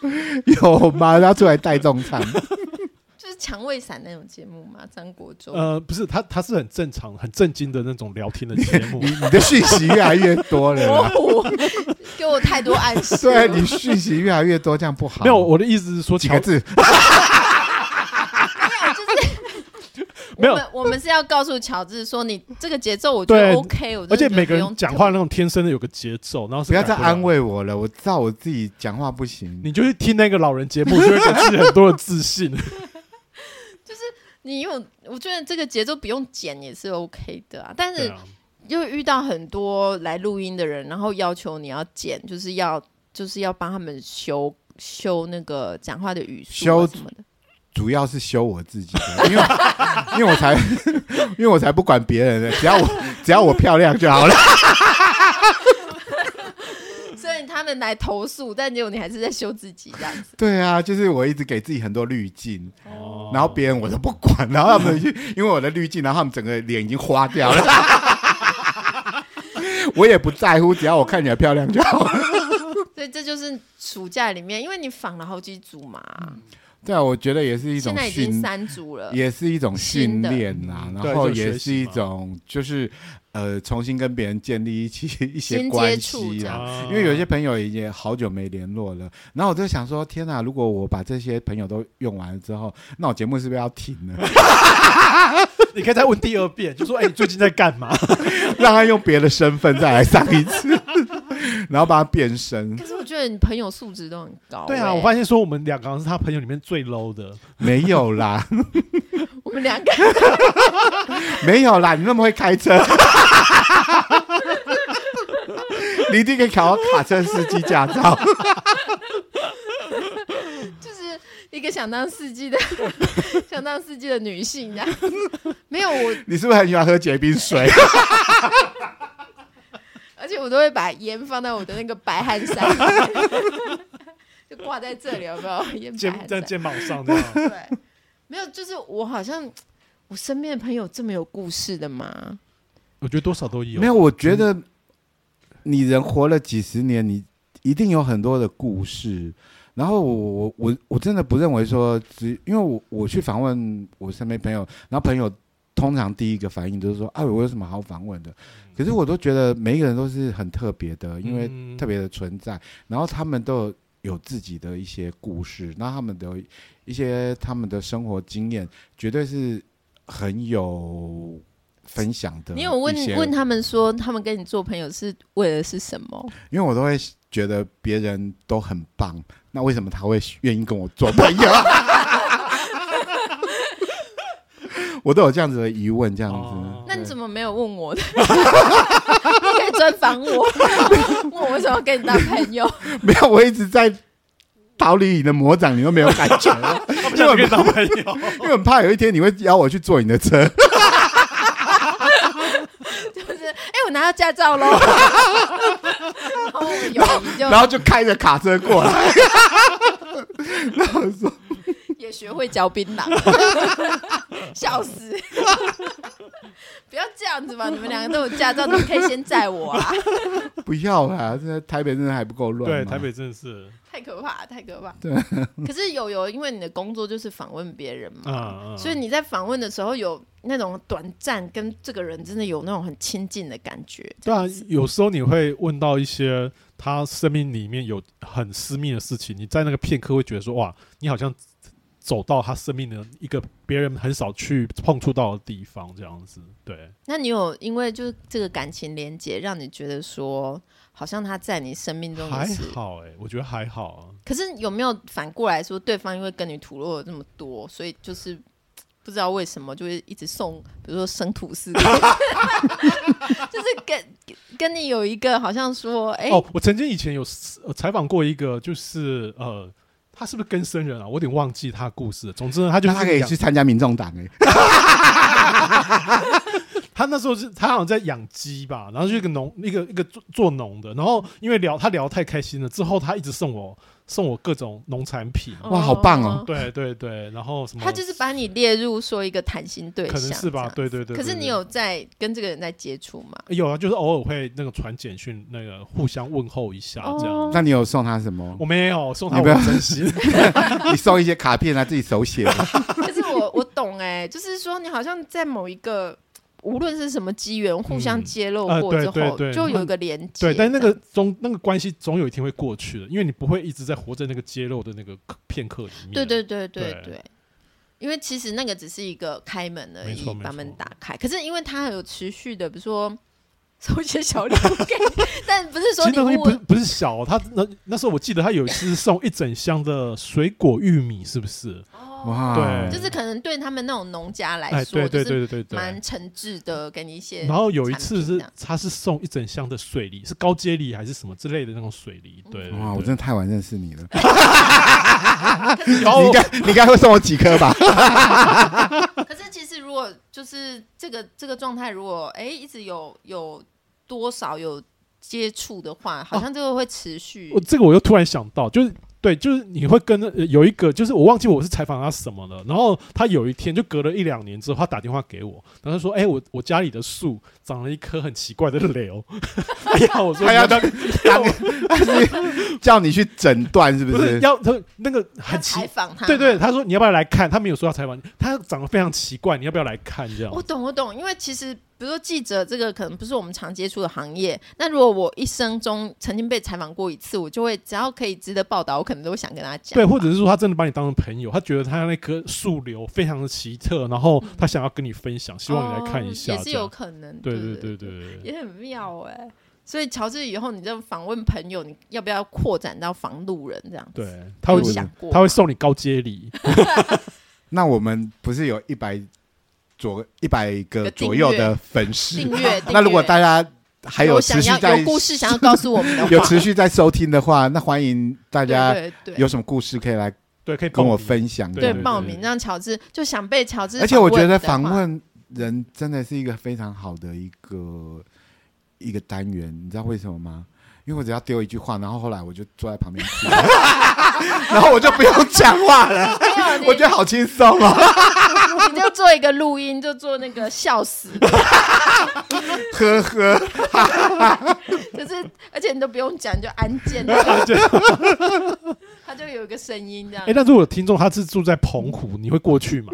S3: 是有吗？然后出来带动唱，
S1: 就是蔷薇伞那种节目嘛，张国忠。
S2: 呃，不是，他他是很正常、很正经的那种聊天的节目
S3: 你。你的讯息越来越多了
S1: 模
S3: 啦。
S1: 糊，哦给我太多暗示了。
S3: 对你讯息越来越多，这样不好。
S2: 没有，我的意思是说，
S3: 几
S2: 乔
S3: 个字，
S2: 没有
S1: 我们我们是要告诉乔治说，你这个节奏我觉得
S2: 对
S1: OK，我真的
S2: 而且
S1: 觉得
S2: 每个
S1: 不用
S2: 人讲话那种天生的有个节奏，然后是
S3: 不要
S2: 改
S3: 再
S2: 了
S3: 安慰我了，我知道我自己讲话不行。
S2: 你就去听那个老人节目，就会给自己很多的自信。
S1: 你有，我觉得这个节奏不用剪也是 OK 的啊。但
S2: 对
S1: 是
S2: 啊，
S1: 又遇到很多来录音的人，然后要求你要剪，就是要就是要帮他们修修那个讲话的语速啊
S3: 修
S1: 什么的。
S3: 主要是修我自己的，因为 因为我才 因为我才不管别人的，只要我 只要我漂亮就好了。
S1: 所以他们来投诉，但结果你还是在修自己这样 子。
S3: 对啊，就是我一直给自己很多滤镜，
S2: 哦
S3: 然后别人我都不 管，然后他们就因为我的滤镜，然后他们整个脸已经花掉了。 我也不在乎，只要我看起来漂亮就好。
S1: 所以这就是暑假里面，因为你仿了好几组嘛，
S3: 对啊，我觉得也是一
S1: 现
S3: 种
S1: 在已经
S3: 训，
S1: 三组了。
S3: 也是一种训
S1: 新的
S3: 练啦，
S2: 嗯对
S3: 然后
S2: 一种
S3: 也
S2: 学
S3: 是
S2: 习
S3: 一
S2: 嘛
S3: 种就是呃，重新跟别人建立一起一些
S1: 新
S3: 关
S1: 接触
S3: 系
S1: 这
S3: 啊
S1: 样。
S2: 啊
S3: 因为有一些朋友已经好久没联络了，然后我就想说，天哪！如果我把这些朋友都用完了之后，那我节目是不是要停了？
S2: 你可以再问第二遍，就说：“哎、 你最近在干嘛
S3: 让他用别的身份再来上一次， 然后把他变身？
S1: 可是我觉得你朋友素质都很高、？”
S2: 对啊，
S1: 欸
S2: 我发现说我们两个好像是他朋友里面最 low 的，
S3: 没有啦，
S1: 我们两个
S3: 没有啦，你那么会开车， 你一定可以考到卡车司机驾照。
S1: 就是一个想当司机的 想当司机的女性这样。没有我，
S3: 你是不是很喜欢喝结冰水？
S1: 而且我都会把烟放在我的那个白汗衫里面， 就挂在这里，有没有？烟白
S2: 肩
S1: 汗
S2: 在
S1: 衫。
S2: 肩膀上这样。
S1: 对，没有，就是我好像我身边的朋友这么有故事的吗？
S2: 我觉得多少都有，
S3: 没有，我觉得你人活了几十年，你一定有很多的故事。然后我
S1: 嗯
S3: 我我我真的不认为说只，因为我我去访问我身边朋友，然后朋友通常第一个反应就是说：“哎，我有什么好访问的？”
S1: 嗯
S3: 可是我都觉得每一个人都是很特别的，因为
S2: 嗯
S3: 特别的存在，然后他们都有有自己的一些故事，那他们的一些他们的生活经验，绝对是很有分享的。
S1: 你有问
S3: 一些
S1: 问他们说，他们跟你做朋友是为了是什么？
S3: 因为我都会觉得别人都很棒，那为什么他会愿意跟我做朋友？ 我都有这样子的疑问，这样子。
S2: 哦
S1: 那你怎
S3: 么？
S1: 么没有问我的？ 你可以专访我， 问我为什么要跟你当朋友？
S3: 没有，我一直在逃离你的魔掌，你都没有感 觉，
S2: 他不想跟你 当朋友，
S3: 因为很怕有一天你会邀我去坐你的车。
S1: 就是，哎、我拿到驾照喽， 然后我们友谊
S3: 然
S1: 就
S3: 后就开着卡车过来，
S1: 也学会嚼槟榔，, 笑死！不要这样子嘛，你们两个都有驾照，你们可以先载我啊！
S3: 不要啦！现在台北真的还不够乱。
S2: 对，台。北真的是，
S1: 太可怕，太可怕。
S3: 对，
S1: 可是友友，因为你的工作就是访问别人嘛，
S2: 嗯嗯，
S1: 所以你在访问的时候有那种短暂跟这个人真的有那种很亲近的感觉。
S2: 对啊，有时候你会问到一些他生命里面有很私密的事情，你在那个片刻会觉得说，哇，你好像走到他生命的一个别人很少去碰触到的地方，这样子。对，
S1: 那你有因为就是这个感情连接，让你觉得说好像他在你生命中
S2: 还
S1: 也是？
S2: 好哎、我觉得还好啊。
S1: 可是有没有反过来说，对方因为跟你吐露了这么多，所以就是嘖不知道为什么就会一直送，比如说生吐 司给你，就是跟跟你有一个好像说，哎、
S2: 哦，我曾经以前有呃采访过一个，就是呃，他是不是跟生人啊？我有点忘记他的故事了。总之呢，他就
S3: 那
S2: 是
S3: 他可以
S2: 养
S3: 去参加民众党哎，
S2: 他那时候是他好像在养鸡吧，然后就一个农
S1: 嗯
S2: 一个一个做做农的，然后因为聊他聊太开心了，之后他一直送我送我各种农产品，
S3: 哇好棒哦
S2: 对对对，然后什么
S1: 他就是把你列入说一个谈心对象，
S2: 可能是吧，
S1: 这样。
S2: 对对对。
S1: 可是
S2: 对
S1: 你有在跟这个人在接触吗？
S2: 对有啊，就是偶尔会那个传简讯，那个互相问候一下这样。
S1: 哦，
S3: 那你有送他什 么
S2: 我？没有送他
S3: 你
S2: 我
S3: 不要
S2: 真 心，
S3: 你送一些卡片啊，自己手写的。
S1: 可是我我懂哎、就是说你好像在某一个。无论是什么机缘，互相
S2: 嗯
S1: 揭露
S2: 呃
S1: 过
S2: 对
S1: 之后，
S2: 对对
S1: 就有一个连接。
S2: 对，但是那
S1: 这样
S2: 个总那个关系总有一天会过去的，因为你不会一直在活在那个揭露的那个片刻里面。
S1: 对对对对
S2: 对
S1: 对。因为其实那个只是一个开门而
S2: 没
S1: 已
S2: 错，没
S1: 把
S2: 错
S1: 门打开。可是因为它有持续的，比如说 收一些小礼物给你，但不是
S2: 其
S1: 说
S2: 实
S1: 你
S2: 那东西
S1: 误
S2: 不是不是小，他那那时候我记得他有一次是送一整箱的水果玉米，是不是？
S3: 哇，
S2: 对
S1: 哦就是可能对他们那种农家来
S2: 哎，
S1: 说，
S2: 对对
S1: 就是
S2: 对对对对
S1: 蛮。诚挚的，给你一些。
S2: 然后有一次
S1: 产品
S2: 是
S1: 这样
S2: 他是送一整箱的水梨，是高阶梨还是什么之类的那种水梨？
S1: 嗯
S2: 对，
S3: 哇，我
S2: 对
S3: 真的太晚认识你了。
S2: 对然后
S3: 你应该你应该会送我几颗吧？
S1: 可是其实如果就是这个这个状态，如果哎一直有有
S2: 哦
S1: 多少有接触的话，好像这个会持续
S2: 我。这个我又突然想到，就是对，就是你会跟呃有一个，就是我忘记我是采访他什么了。然后他有一天就隔了一两年之后，他打电话给我，然后他说：“哎、我我家里的树长了一颗很奇怪的瘤。”哎呀，我说
S3: 他要
S2: 你
S3: 当就是叫你去诊断是不
S2: 不是
S3: 是？
S2: 要他那个很
S1: 要
S2: 奇
S1: 采，访他，
S2: 对对，，他说你要不要来看？他没有说要采访你，他长得非常奇怪，你要不要来看？这样
S1: 我懂，我懂，因为其实比如说记者这个可能不是我们常接触的行业，那如果我一生中曾经被采访过一次，我就会只要可以值得报道，我可能都会想跟他讲吧。
S2: 对，或者是说他真的把你当成朋友，他觉得他那棵树瘤非常的奇特，然后他想要跟你分享，希望你来看一
S1: 嗯
S2: 下。
S1: 哦也是
S2: 这样
S1: 有可能。
S2: 对对
S1: 对
S2: 对对对对，
S1: 也很妙哎、所以乔治以后你就访问朋友，你要不要扩展到访路人这样？
S2: 对，他会
S1: 有想过
S2: 他会
S1: 吗
S2: 送你高阶礼，
S3: 那我们不是有一百左一百个
S1: 个
S3: 左右
S1: 订阅
S3: 的粉丝
S1: 订
S3: 吗？
S1: 阅。
S3: 那如果
S1: 订阅
S3: 大家还
S1: 有
S3: 持
S1: 想
S3: 续
S1: 要
S3: 在
S1: 有故事想要告诉我们的话，
S3: 有持续在收听的话，那欢迎大
S1: 对
S3: 家
S1: 对对
S3: 有什么故事可以来
S2: 对，可以
S3: 跟
S2: 帮
S3: 我
S2: 你
S3: 分享。
S2: 对
S1: 对
S2: 对
S1: 报
S2: 对
S1: 名让乔治就想被乔治，
S3: 而且我觉得访。问人真的是一个非常好的一个一个单元，你知道为什么吗？因为我只要丢一句话，然后后来我就坐在旁边听， 然后我就不用讲话 了，
S1: 没有，你
S3: 我觉得好轻松 哦，
S1: 你 就做一个录音，就做那个笑死，
S3: 呵呵。
S1: 就是而且你都不用讲，你就按 键， 他就有一个声音这样
S2: 哎、。但如果听众他是住在澎
S1: 嗯
S2: 湖，你会过去 吗？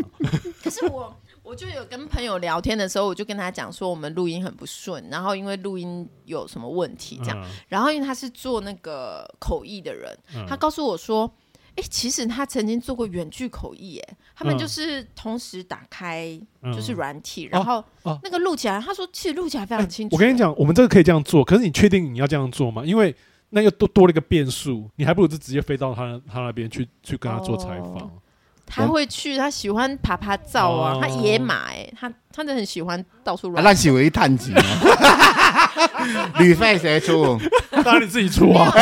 S1: 可是我我就有跟朋友聊天的时候，我就跟他讲说我们录音很不顺，然后因为录音有什么问题这样，
S3: 嗯
S1: 然后因为他是做那个口译的人，
S2: 嗯
S1: 他告诉我说。哎、其实他曾经做过远距口译，哎，他们
S2: 嗯
S1: 就是同时打开
S2: 嗯
S1: 就是软体，
S2: 哦
S1: 然后
S2: 哦哎
S1: 那个录起来，他说其实录起来非常清楚。
S2: 我跟你，讲，我们这个可以这样做，可是你确定你要这样做吗？因为那又多多了一个变数，你还不如就直接飞到他他那边去去跟他做采访。
S1: 哦他会去，他喜欢爬爬照啊，
S2: 哦啊
S1: 他野马、哎，他他真的很喜欢到处乱。
S3: 那是为探级 啊，旅费谁出？
S2: 当然你自己出啊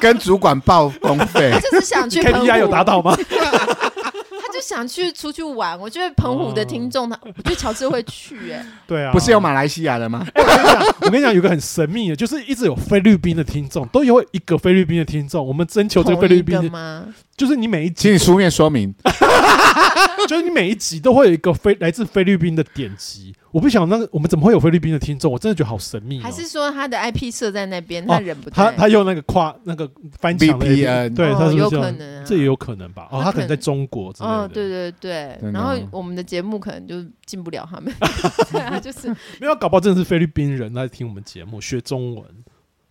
S3: 跟主管报公费
S1: 他。就是想 去澎湖
S2: ，KPI 有达 到吗？
S1: 他就想去出去玩。我觉得澎湖
S2: 哦
S1: 的听众，他我觉得乔治会去、 哎，
S2: 对啊，
S3: 不是有马来西亚的吗？
S2: 哎。我跟你讲，我跟你讲，有个很神秘的，就是一直有菲律宾的听众，都有一个菲律宾的听众，我们征求这个菲律宾
S1: 同一个
S2: 的，
S1: 吗？
S2: 就是你每一集，
S3: 请你书面说明。
S2: 就是你每一集都会有一个菲来自菲律宾的典籍。我不想那个，我们怎么会有菲律宾的听众？我真的觉得好神秘、哦。
S1: 还是说他的 IP 设在那边，
S2: 哦
S1: 他人不
S2: 他
S1: 在？
S2: 他用那个跨那个翻墙的
S3: VPN
S2: 对，他
S1: 哦
S2: 是不
S1: 有
S2: 是
S1: 可
S2: 用？
S1: 能啊
S2: 这也有可能吧？哦，
S1: 他
S2: 他
S1: 可
S2: 可
S1: 能
S2: 能在中国之类的。
S1: 嗯，对对对
S3: 真，的
S1: 然后
S3: 哦
S1: 我们的节目可能就进不了他 们，对啊，就是
S2: 没有，搞不好真的是菲律宾人来听我们节目，学中文，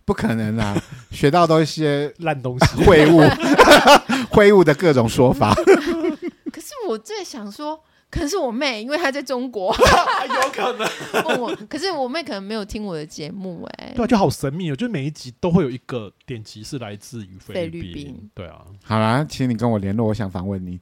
S3: 不可能啊！学到都一些。
S2: 烂东西
S3: 秽 物，秽物的各种说法，
S1: 可是我在想说，可能是我妹，因为她在中国，
S2: 有可能。
S1: 问我，可是我妹可能没有听我的节目、哎，
S2: 对啊，就好神秘哦，就是每一集都会有一个典籍是来自于菲
S1: 菲律
S2: 宾
S1: 宾。
S2: 对啊，
S3: 好啦，请你跟我联络，我想访问你。